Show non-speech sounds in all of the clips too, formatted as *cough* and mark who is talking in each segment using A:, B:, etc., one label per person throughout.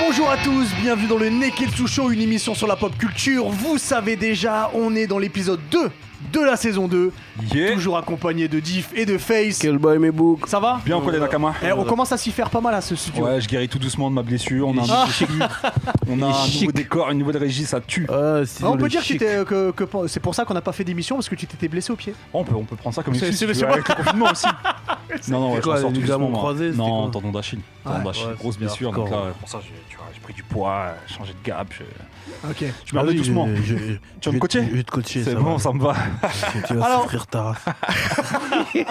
A: Bonjour à tous, bienvenue dans le Neketsu Show, une émission sur la pop culture. Vous savez déjà, on est dans l'épisode 2 de la saison 2,
B: Yeah.
A: toujours accompagné de Diff et de Face.
C: Quel boy mes books
A: Ça va
B: Bien collé Nakama.
A: Eh, On commence à s'y faire pas mal à ce studio.
B: Ouais, je guéris tout doucement de ma blessure. On a un, on a un nouveau décor, une nouvelle régie, ça tue.
A: Ah, on peut dire que, tu t'es- que- que- c'est pour ça qu'on n'a pas fait d'émission parce que tu t'étais blessé au pied.
B: On peut, on peut prendre ça comme une
A: C'est-
B: excuse,
A: c'est-
B: tu
A: c'est
B: vois, avec le confinement aussi. non, non, ouais, je
C: quoi,
B: m'en sors
C: les
B: tout
C: ligaments
B: doucement, moi.
C: croisés, c'était
B: Non,
C: quoi
B: tendon d'Achille. Tendon d'Achille,
C: ouais,
B: grosse
C: c'est bien,
B: blessure. Donc
C: hardcore.
B: là, pour ça, j'ai tu vois, j'ai pris du poids, j'ai changé de gap. Je,
A: Ok.
B: je me remets doucement.
C: Tu
B: vas me coacher
C: Je vais te coacher.
B: C'est
C: ça
B: bon,
C: va.
B: ça me va.
C: Tu vas
A: Alors-
C: souffrir ta race.
B: Ah, j'ai-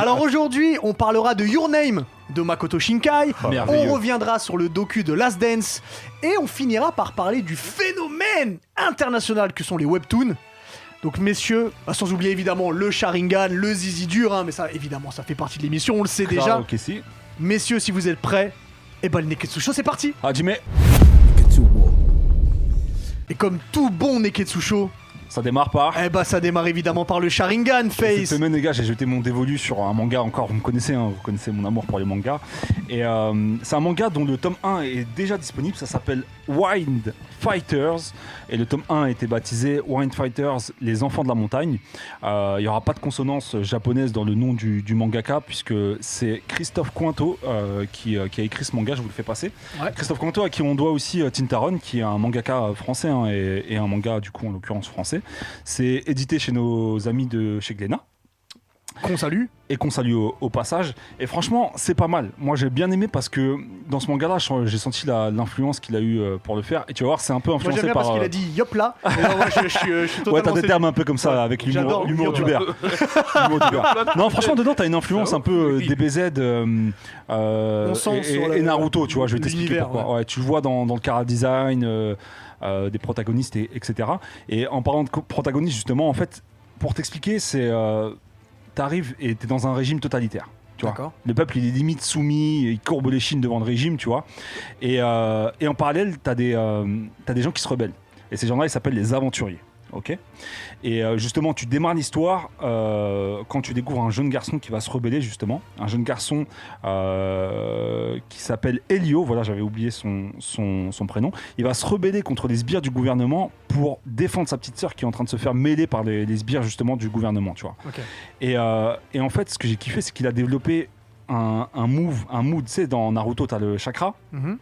A: Alors aujourd'hui, on parlera de Your Name de Makoto Shinkai.
B: Oh, merveilleux.
A: On reviendra sur le docu de Last Dance et on finira par parler du phénomène international que sont les webtoons. Donc messieurs, bah, sans oublier évidemment le Sharingan, le Zizi dur, hein, mais ça évidemment ça fait partie de l'émission, on le sait déjà.
B: Ok, si.
A: Messieurs, si vous êtes prêts, et ben le Neketsu Show c'est parti
B: Ah, Jimmy,
A: Et comme tout bon Neketsu Show,
B: ça démarre par.
A: eh ben ça démarre évidemment par le Sharingan,
B: Cette
A: Face
B: semaine, les gars, j'ai jeté mon dévolu sur un manga encore. Vous me connaissez, hein, vous connaissez mon amour pour les mangas. Et euh, c'est un manga dont le tome 1 est déjà disponible. Ça s'appelle Wind Fighters. Et le tome 1 a été baptisé Wind Fighters, les enfants de la montagne. Euh, Il n'y aura pas de consonance japonaise dans le nom du, du mangaka, puisque c'est Christophe Cointeau euh, qui, euh, qui a écrit ce manga. Je vous le fais passer.
A: Ouais.
B: Christophe Cointeau, à qui on doit aussi euh, Tintaron, qui est un mangaka euh, français hein, et, et un manga, du coup, en l'occurrence français. C'est édité chez nos amis de chez Glénat
A: qu'on salue.
B: et qu'on salue au, au passage. Et franchement, c'est pas mal. Moi, j'ai bien aimé parce que dans ce manga-là, je- j'ai senti la- l'influence qu'il a eu euh, pour le faire. Et tu vas voir, c'est un peu
A: Moi
B: influencé
A: j'aime bien
B: par.
A: parce qu'il
B: euh,
A: a dit yop
B: *laughs*
A: là. Et là, ouais, je, je suis- je suis
B: Ouais,
A: totalement
B: t'as des
A: séduit.
B: termes un peu comme ça,
A: Ouais.
B: avec l'humour
A: J'adore.
B: l'humour
A: *laughs*
B: du bear. L'humour du bear. non, franchement, dedans, t'as une influence un peu euh, DBZ euh, euh,
A: On sent
B: et,
A: sur
B: et-
A: la-
B: et Naruto, tu vois, je vais t'expliquer
A: l'univers,
B: pourquoi. Ouais, tu le vois dans, dans le chara-design euh, euh, des protagonistes, et, etc. Et en parlant de co- protagonistes, justement, en fait, pour t'expliquer, c'est. euh, T'arrives et t'es dans un régime totalitaire. Tu vois.
A: D'accord.
B: Le peuple, il est limite soumis, il courbe les chines devant le régime, tu vois. Et, euh, et en parallèle, t'as des, euh, t'as des gens qui se rebellent. Et ces gens-là, ils s'appellent les aventuriers. Ok Et euh, justement, tu démarres l'histoire euh, quand tu découvres un jeune garçon qui va se rebeller, justement. Un jeune garçon euh, qui s'appelle Elio, voilà, j'avais oublié son, son, son prénom. Il va se rebeller contre les sbires du gouvernement pour défendre sa petite sœur qui est en train de se faire mêler par les, les sbires, justement, du gouvernement, tu vois.
A: Ok.
B: Et, euh, et en fait, ce que j'ai kiffé, c'est qu'il a développé un, un move, un mood. Tu sais, dans Naruto, t'as le chakra.
A: Mhm.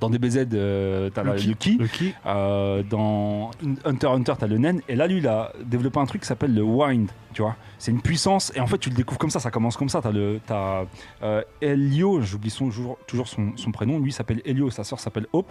B: Dans DBZ, euh, t'as la-
A: Le
B: le
A: ki.
B: ki.
C: Le qui
B: Euh, dans Hunter x Hunter, t'as le Nen, et là, lui, il a développé un truc qui s'appelle le Wind, tu vois. C'est une puissance, et en fait, tu le découvres comme ça, ça commence comme ça. T'as le, t'as euh, Elio, j'oublie son, toujours, toujours son, son prénom, lui il s'appelle Elio, sa sœur s'appelle Hope,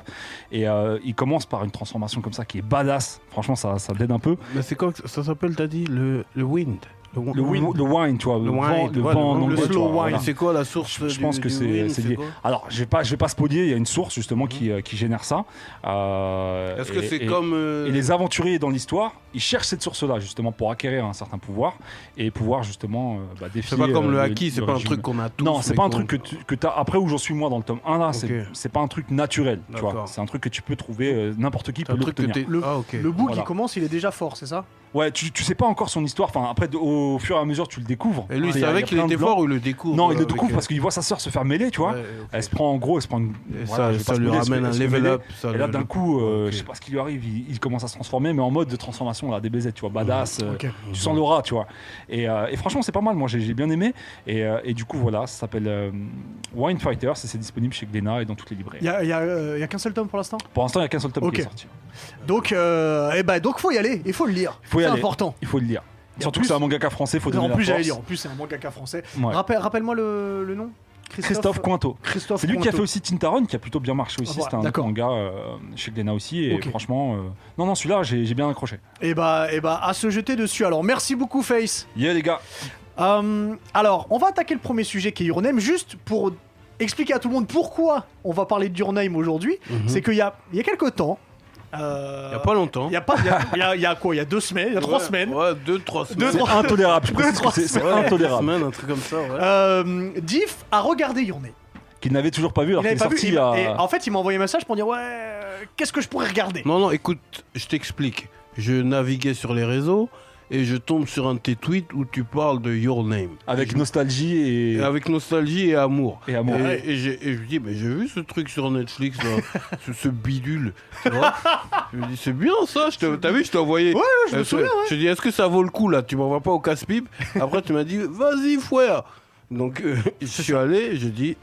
B: et euh, il commence par une transformation comme ça qui est badass. Franchement, ça, ça l'aide un peu.
C: Mais c'est quoi que ça s'appelle, t'as dit Le le wind.
B: Le, wind, le Wind, tu vois, le,
C: Le
B: vent,
C: wind,
B: le
C: ouais,
B: vent
C: le-
B: en
C: le
B: anglais,
A: slow
B: tu vois,
A: wind.
B: voilà.
C: Et c'est quoi la source
B: Je, je
C: du-
B: pense que
C: du
B: c'est
C: wind,
B: c'est lié.
C: quoi
B: Alors, je vais pas, je vais pas spoiler. Il y a une source justement qui, euh, qui génère ça. Euh,
C: Est-ce que
B: et-
C: c'est
B: et-
C: comme. euh,
B: Et les aventuriers dans l'histoire, ils cherchent cette source-là justement pour acquérir un certain pouvoir et pouvoir justement euh, bah, défier.
C: C'est pas
B: euh,
C: comme le haki, c'est pas un
B: régime.
C: truc qu'on a tous.
B: Non, c'est
C: mais
B: pas un
C: qu'on-
B: truc que tu que as. Après où j'en suis moi dans le tome 1 là, c'est-
C: Ok.
B: c'est pas un truc naturel, tu vois.
C: D'accord.
B: C'est un truc que tu peux trouver, euh, n'importe qui
C: C'est
B: peut
C: un truc que
B: l'obtenir.
C: t'es.
A: Le-
C: Ah, ok.
A: Le bout
B: Voilà.
A: qui commence, il est déjà fort, c'est ça
B: Ouais, tu, tu sais pas encore son histoire. Enfin, après, de- au fur et à mesure, tu le découvres.
C: Et
B: Il y
C: lui, il
B: a- il y
C: savait
B: a
C: qu'il
B: plein de
C: était
B: blancs.
C: fort ou il le découvre
B: Non, il le
C: avec- euh,
B: découvre parce qu'il voit sa sœur se faire mêler, tu vois.
C: Ouais, ok.
B: Elle se prend en gros, elle se prend une.
C: Et
B: voilà, je vais
C: ça,
B: pas
C: ça lui
B: spoiler, elle se
C: ramène
B: fait-
C: un
B: elle se fait
C: level
B: mêler.
C: up. ça
B: Et là,
C: le-
B: d'un coup, euh,
C: Ok.
B: je sais pas ce qui lui arrive, il, il commence à se transformer, mais en mode de transformation, là, DBZ, tu vois, badass, euh,
A: Ok.
B: tu sens l'aura, tu vois. Et, euh, et franchement, c'est pas mal, moi j'ai j'ai bien aimé. Et, euh, et du coup, voilà, ça s'appelle euh, Wine Fighters, et c'est disponible chez Glénat et dans toutes les librairies.
A: Il y a, y a, euh, y a qu'un seul tome pour l'instant
B: Pour l'instant, il n'y a qu'un seul tome
A: Ok.
B: qui est sorti.
A: Donc, euh, eh ben, donc faut y aller, il faut le lire.
B: Faut y
A: c'est
B: aller.
A: important.
B: Il faut le lire.
A: Et en
B: Surtout
A: plus-
B: que c'est un mangaka français, faut donner
A: en
B: la
A: plus, j'allais Ah,
B: force.
A: dire, en plus, c'est un mangaka français.
B: Ouais.
A: Rappel- Rappelle-moi le, le nom
B: Christophe Cointeau.
A: Christophe
B: C'est lui qui a fait
A: Cointeau.
B: aussi Tintaron, qui a plutôt bien marché aussi.
A: Ah, voilà,
B: C'était un autre
A: d'accord.
B: manga euh, chez Glénat aussi. Et
A: Ok.
B: franchement, euh, non, non, celui-là, j'ai j'ai bien accroché.
A: Eh bah, eh bah, à se jeter dessus. Alors, merci beaucoup, Face.
B: Yeah, les gars.
A: Euh, alors, on va attaquer le premier sujet qui est Your Name, juste pour expliquer à tout le monde pourquoi on va parler de Your Name aujourd'hui.
B: Mhm.
A: C'est qu'il y a, il y a quelques temps. euh,
C: Il y a pas longtemps.
A: Il y a pas. Il y a, il y a- il y a quoi Il y a deux semaines Il y a trois
C: Ouais,
A: semaines
C: Ouais, deux, trois semaines.
A: Deux,
B: C'est
A: trois-
B: intolérable, je
A: Deux,
B: précise que
A: trois
B: c'est- c'est
C: Ouais,
B: intolérable.
C: deux semaines, un truc comme ça, ouais.
A: Euh, Diff a regardé Your Name.
B: Qu'il n'avait toujours pas vu alors
A: Il
B: qu'il
A: avait
B: est
A: pas vu.
B: sorti
A: il m'a- et
B: à.
A: en fait, il m'a envoyé un message pour dire ouais, euh, qu'est-ce que je pourrais regarder
C: Non, non, écoute, je t'explique. Je naviguais sur les réseaux et je tombe sur un de tes tweets où tu parles de Your Name.
B: Avec
C: Je-
B: nostalgie et,
C: et avec nostalgie et amour.
B: et amour.
C: Et, et j'ai- et je me dis, mais j'ai vu ce truc sur Netflix,
A: *laughs*
C: là, ce, ce bidule. Tu vois je me dis, c'est bien ça, je te- t'as vu, je t'ai envoyé.
A: Ouais, je me
C: Euh,
A: souviens, ouais.
C: Je dis, est-ce que ça vaut le coup là Tu m'envoies pas au
A: *laughs*
C: casse-pipe Après, tu m'as dit, vas-y, frère. Donc, euh, je suis allé, j'ai dit,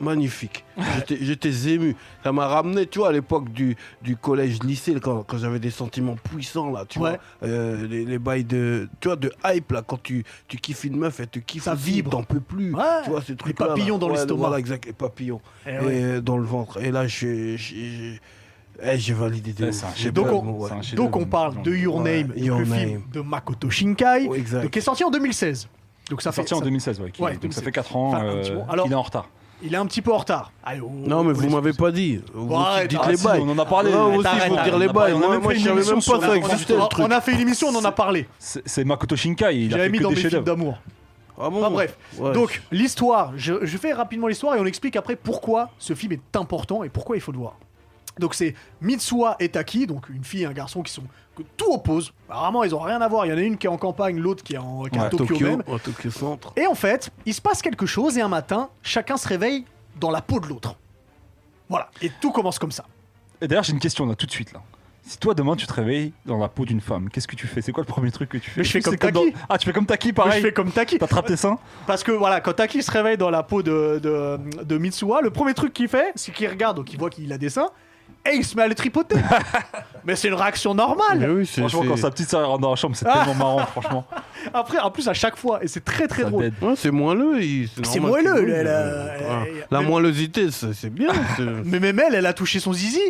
C: magnifique. J'étais- J'étais ému. Ça m'a ramené, tu vois, à l'époque du, du collège-lycée, quand, quand j'avais des sentiments puissants là, tu
A: Ouais.
C: vois. Euh, les, les bails de, tu vois, de hype là, quand tu, tu kiffes une meuf, elle te kiffe,
A: Ça
C: aussi,
A: vibre.
C: t'en peux plus.
A: Ouais.
C: Tu vois, ces trucs
A: papillons dans l'estomac.
C: Voilà, exact, les papillons.
A: Eh
C: Et
A: ouais.
C: euh, dans le ventre. Et là, j'ai j'ai- j'ai- eh, j'ai validé des
B: Ouais,
C: ouf.
B: c'est un
C: J'ai
B: chef-d'œuvre.
C: pas
A: Donc
C: de mots,
B: C'est un
C: ouais.
B: chef-
A: Donc on parle de Your
C: Ouais,
A: Name,
C: Your
A: le film
C: Name.
A: de Makoto Shinkai,
C: Ouais, exact.
A: donc, qui est sorti en 2016. Donc ça fait,
B: sorti en
A: ça-
B: 2016, ouais. qui-
A: Ouais,
B: donc ça
A: 2016.
B: fait 4 ans.
A: Enfin, un
B: euh,
A: petit moment. Alors-
B: il est en retard.
A: Il est un petit peu en retard. Allez, on-
C: Non,
A: on
C: mais vous
A: laisse-
C: m'avez pas dit. Vous
A: arrête,
C: dites
A: arrête,
C: les
B: si,
C: bails.
B: on en a parlé.
C: Ah, vous aussi,
A: Arrête,
C: il faut
A: arrête,
C: dire
B: on
C: les
B: a parlé,
C: bails.
B: on a
C: Moi,
B: même
C: moi,
B: fait
C: je
B: une
C: savais
B: émission
C: même
B: sur
C: pas
B: la-
A: on
C: ça
A: a,
C: existait,
A: on a-
C: le truc.
A: on a fait une émission, on en a parlé.
B: C'est c'est Makoto Shinkai, il a
A: J'avais
B: fait
A: mis
B: que
A: dans
B: des
A: mes
B: chefs-d'œuvre.
A: films d'amour.
C: Ah bon
A: Enfin, bref.
C: Ouais.
A: Donc l'histoire, je, je fais rapidement l'histoire et on explique après pourquoi ce film est important et pourquoi il faut le voir. Donc c'est Mitsuha et Taki, donc une fille et un garçon qui sont que tout oppose. Rarement ils ont rien à voir. Il y en a une qui est en campagne, l'autre qui est, en, qui est à
B: Ouais,
A: Tokyo, même.
C: au Tokyo Centre.
A: Et en fait, il se passe quelque chose et un matin, chacun se réveille dans la peau de l'autre. Voilà. Et tout commence comme ça.
B: Et d'ailleurs, j'ai une question là, tout de suite là. Si toi demain tu te réveilles dans la peau d'une femme, qu'est-ce que tu fais C'est quoi le premier truc que tu fais
A: Mais je fais
B: C'est
A: comme Taki.
B: Ah, tu fais comme Taki, pareil.
A: Je fais comme Taki.
B: T'attrapes tes seins
A: Parce que voilà, quand Taki se réveille dans la peau de, de, de Mitsuha, le premier truc qu'il fait, c'est qu'il regarde, donc il voit qu'il a des seins, et il se met à les tripoter.
B: *laughs*
A: Mais c'est une réaction normale.
C: oui, c'est.
B: Franchement, quand sa petite sœur rentre dans la chambre, c'est tellement marrant, franchement.
A: Après, en plus, à chaque fois, et c'est très très
B: Ça
A: drôle.
B: dead.
C: Ouais, c'est moelleux. il-
A: C'est
C: normal
A: moelleux, elle,
C: qu'il bouge,
A: elle,
C: euh,
A: elle,
C: ouais.
A: elle-
C: La
A: elle-
C: moellosité, c'est c'est bien. c'est-
A: Mais même elle, elle a touché son zizi.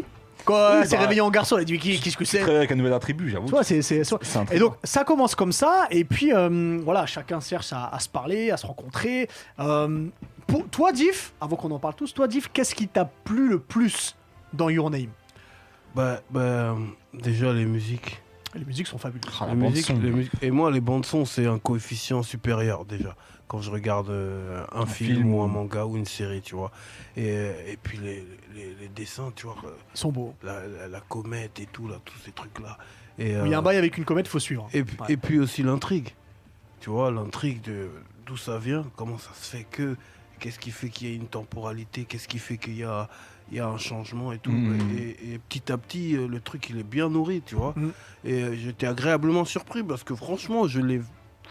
A: Quand elle s'est
B: bah,
A: réveillée en garçon, elle a dit Qui- Qu'est-ce que
B: Tu
A: c'est
B: te réveilles avec un nouvel attribut, j'avoue.
A: Tu vois, c'est- c'est-
B: C'est un truc.
A: Et donc, ça commence comme ça, et puis euh, voilà, chacun cherche à, à se parler, à se rencontrer. Euh, pour, toi, Diff, avant qu'on en parle tous, toi, Diff, qu'est-ce qui t'a plu le plus dans Your Name
C: *laughs* Bah, bah, euh, déjà, les musiques.
A: Les musiques sont fabuleuses.
B: Ah, la
C: Les
B: bande
C: musiques,
B: son.
C: les musiques- Et moi, les bandes son, c'est un coefficient supérieur déjà. Quand je regarde euh, un, film,
B: film.
C: ou un manga ou une série, tu vois. Et, euh, et puis les, les- les dessins, tu vois. euh,
A: Ils sont beaux.
C: La, la- la comète et tout, là, tous ces trucs-là. Et,
A: Il y a
C: euh,
A: un bail avec une comète, faut suivre.
C: et, puis-
A: Ouais.
C: et puis aussi l'intrigue. Tu vois, l'intrigue de d'où ça vient, comment ça se fait que, qu'est-ce qui fait qu'il y a une temporalité, qu'est-ce qui fait qu'il y a, il y a un changement et tout.
B: Mhm.
C: Et, et petit à petit, euh, le truc, il est bien nourri, tu vois.
A: Mhm.
C: Et euh, j'étais agréablement surpris parce que franchement, je l'ai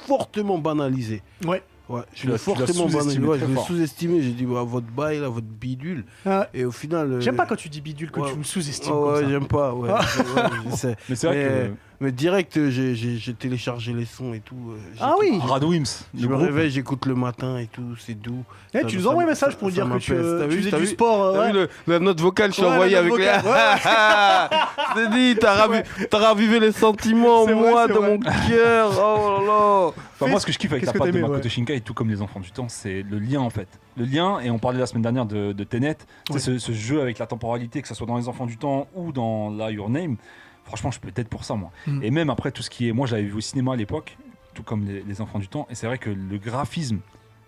C: fortement banalisé.
A: Ouais.
C: Ouais, je
B: Tu
C: l'ai
B: l'as- tu l'as
C: fortement banalisé.
B: sous-estimé
C: Ouais,
B: très
C: je l'ai
B: fort.
C: sous-estimé. J'ai dit, bah, votre bail, là, votre bidule.
A: Euh,
C: Et au final. euh,
A: J'aime pas quand tu dis bidule, que
C: ouais.
A: tu me sous-estimes.
C: Ouais,
A: comme
C: ouais,
A: ça.
C: j'aime
A: *laughs*
C: pas. Ouais, je- ouais, je sais.
B: Mais c'est vrai
C: Mais-
B: que.
C: Mais direct, euh, j'ai- j'ai j'ai téléchargé les sons et tout. euh,
A: Ah oui.
C: j'écoute-
B: Radwims,
C: Je
B: le
C: me
B: groupe.
C: réveille, j'écoute le matin et tout, c'est doux.
A: Eh,
C: Ça-
A: tu nous
C: ça-
A: envoies un message
C: ça-
A: pour
C: ça
A: dire que tu,
C: m'apaise.
A: euh,
C: T'as
A: tu
C: vu,
A: faisais
C: t'as
A: du
C: vu,
A: sport. euh,
C: T'as
A: ouais.
C: vu le- la note vocale, je t'ai
A: Ouais, la
C: envoyée
A: note
C: avec les.
A: vocale,
C: *laughs* je t'ai dit, t'as ravi- t'as ravivé les sentiments en
A: C'est vrai,
C: moi,
A: c'est
C: dans
A: vrai.
C: mon cœur. Oh là là.
B: Enfin, moi, ce que je kiffe avec
A: Qu'est-ce
B: la
A: que
B: patte de
A: t'aimais,
B: Makoto
A: ouais.
B: Shinkai, tout comme les enfants du temps, c'est le lien en fait. Le lien, et on parlait la semaine dernière de, de Tenet, tu
A: Ouais.
B: sais, ce, ce jeu avec la temporalité, que ce soit dans les enfants du temps ou dans la Your Name, franchement, je peux être pour ça, moi.
A: Mm.
B: Et même après, tout ce qui est. Moi, j'avais vu au cinéma à l'époque, tout comme les, les enfants du temps, et c'est vrai que le graphisme.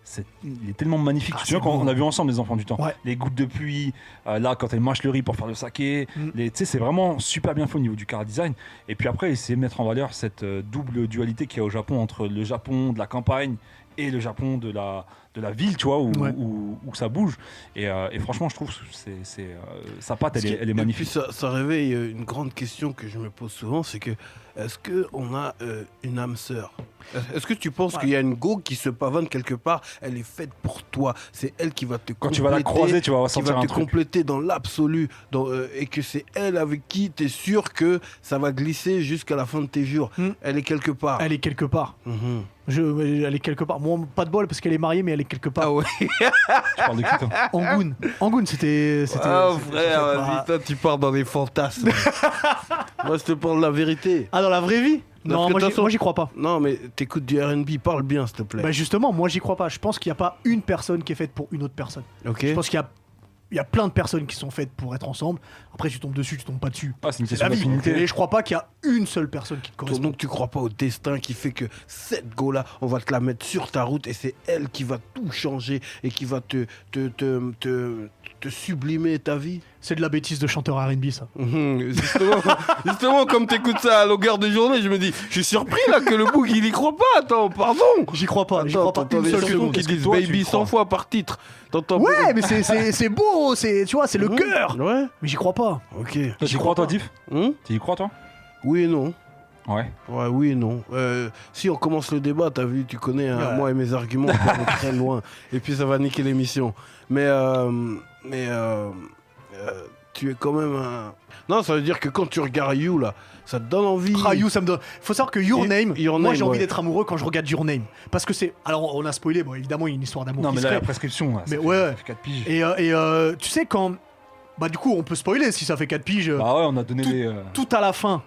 B: C'est, il est tellement magnifique.
A: Ah,
B: tu te souviens
A: c'est
B: quand
A: beau.
B: on a vu ensemble les enfants du temps
A: Ouais.
B: Les gouttes de pluie, euh, là quand elle mâche le riz pour faire le saké.
A: Mm.
B: les- Tu sais, c'est vraiment super bien fait au niveau du car design. Et puis après, essayer de mettre en valeur cette euh, double dualité qu'il y a au Japon entre le Japon de la campagne et le Japon de la, de la ville, tu vois, où,
A: Ouais.
B: où- où ça bouge. Et, euh, et franchement, je trouve que c'est, c'est, euh, sa patte, elle, est- elle est
C: Et
B: magnifique.
C: puis ça, ça réveille euh, une grande question que je me pose souvent, c'est que est-ce qu'on a euh, une âme sœur Est- Est-ce que tu penses
A: Ouais.
C: qu'il y a une go qui se pavane quelque part Elle est faite pour toi, c'est elle qui va te
B: Quand tu vas la
C: compléter,
B: croiser, tu vas
C: qui
B: sentir
C: va
B: un
C: te
B: truc.
C: compléter dans l'absolu, dans, euh, et que c'est elle avec qui tu es sûr que ça va glisser jusqu'à la fin de tes jours.
A: Mm.
C: Elle est quelque part.
A: Elle est quelque part.
C: Mhm.
A: Je, elle est quelque part. Moi, pas de bol parce qu'elle est mariée, mais elle est quelque part.
C: Ah ouais,
B: Tu parles de qui, toi
A: Angoon. Angoon, c'était. c'était-
C: ah,
A: c'était-
C: frère,
A: c'était-
C: vas-y, toi, tu pars dans des fantasmes.
A: *laughs*
C: Moi, je te parle la vérité.
A: Ah, dans la vraie vie
C: Parce
A: Non, moi
C: que de toute
A: j'y-
C: façon-
A: moi, j'y crois pas.
C: Non, mais t'écoutes du RB, parle bien, s'il te plaît.
A: Bah justement, moi j'y crois pas. Je pense qu'il n'y a pas une personne qui est faite pour une autre personne.
C: Ok.
A: Je pense qu'il y a, il y a plein de personnes qui sont faites pour être ensemble. Après, tu tombes dessus, tu tombes pas dessus.
B: Ah, c'est une
A: C'est
B: question
A: la vie.
B: d'affinité.
A: Et je crois pas qu'il y a une seule personne qui te
C: Donc,
A: correspond.
C: donc tu crois pas au destin qui fait que cette go-là, on va te la mettre sur ta route et c'est elle qui va tout changer et qui va te, te, te, te, te sublimer ta vie
A: C'est de la bêtise de chanteur RB, ça.
C: Mhm, Justement, *laughs* justement, comme t'écoutes ça à longueur de journée, je me dis, je suis surpris là que le bouc il y croit pas. Attends, pardon.
A: J'y crois pas, Ah, j'y
C: Attends,
A: crois pas
C: t'entends
A: une
C: des
A: seule
C: chansons
A: seconde.
C: qui disent
B: Toi, tu
C: baby
B: y
C: 100
B: crois.
C: fois par titre. T'entends
A: Ouais, mais c'est- c'est c'est beau, c'est- tu vois, c'est le
C: Mhm.
A: cœur. Hein
C: Ouais,
A: Mais j'y crois pas.
C: ok.
B: Toi, tu y crois, toi, Diff
C: Hum
B: Tu y crois, toi
C: oui et non.
B: Ouais.
C: Ouais, oui et non. Euh, si on commence le débat, t'as vu, tu connais hein,
A: Ouais.
C: moi et mes arguments, on part très loin. Et puis ça va niquer l'émission. Mais, euh, mais euh, euh, tu es quand même un. Non, ça veut dire que quand tu regardes You là, ça te donne envie.
A: Ah, You, ça me donne. Faut savoir que Your
C: Et-
A: Name,
C: Your
A: moi
C: Name,
A: j'ai envie
C: ouais.
A: d'être amoureux quand je regarde Your Name. Parce que c'est. Alors on a spoilé, bon évidemment, il y a une histoire d'amour.
B: Non,
A: qui
B: mais
A: se
B: là, la
A: crée.
B: prescription, là, ça
A: Mais
B: fait-
A: ouais.
B: ça fait 4 piges.
A: Et, euh, et, euh, tu sais, quand. Bah, du coup, on peut spoiler si ça fait 4 piges. euh,
B: Bah ouais, on a donné les. euh,
A: tout à la fin,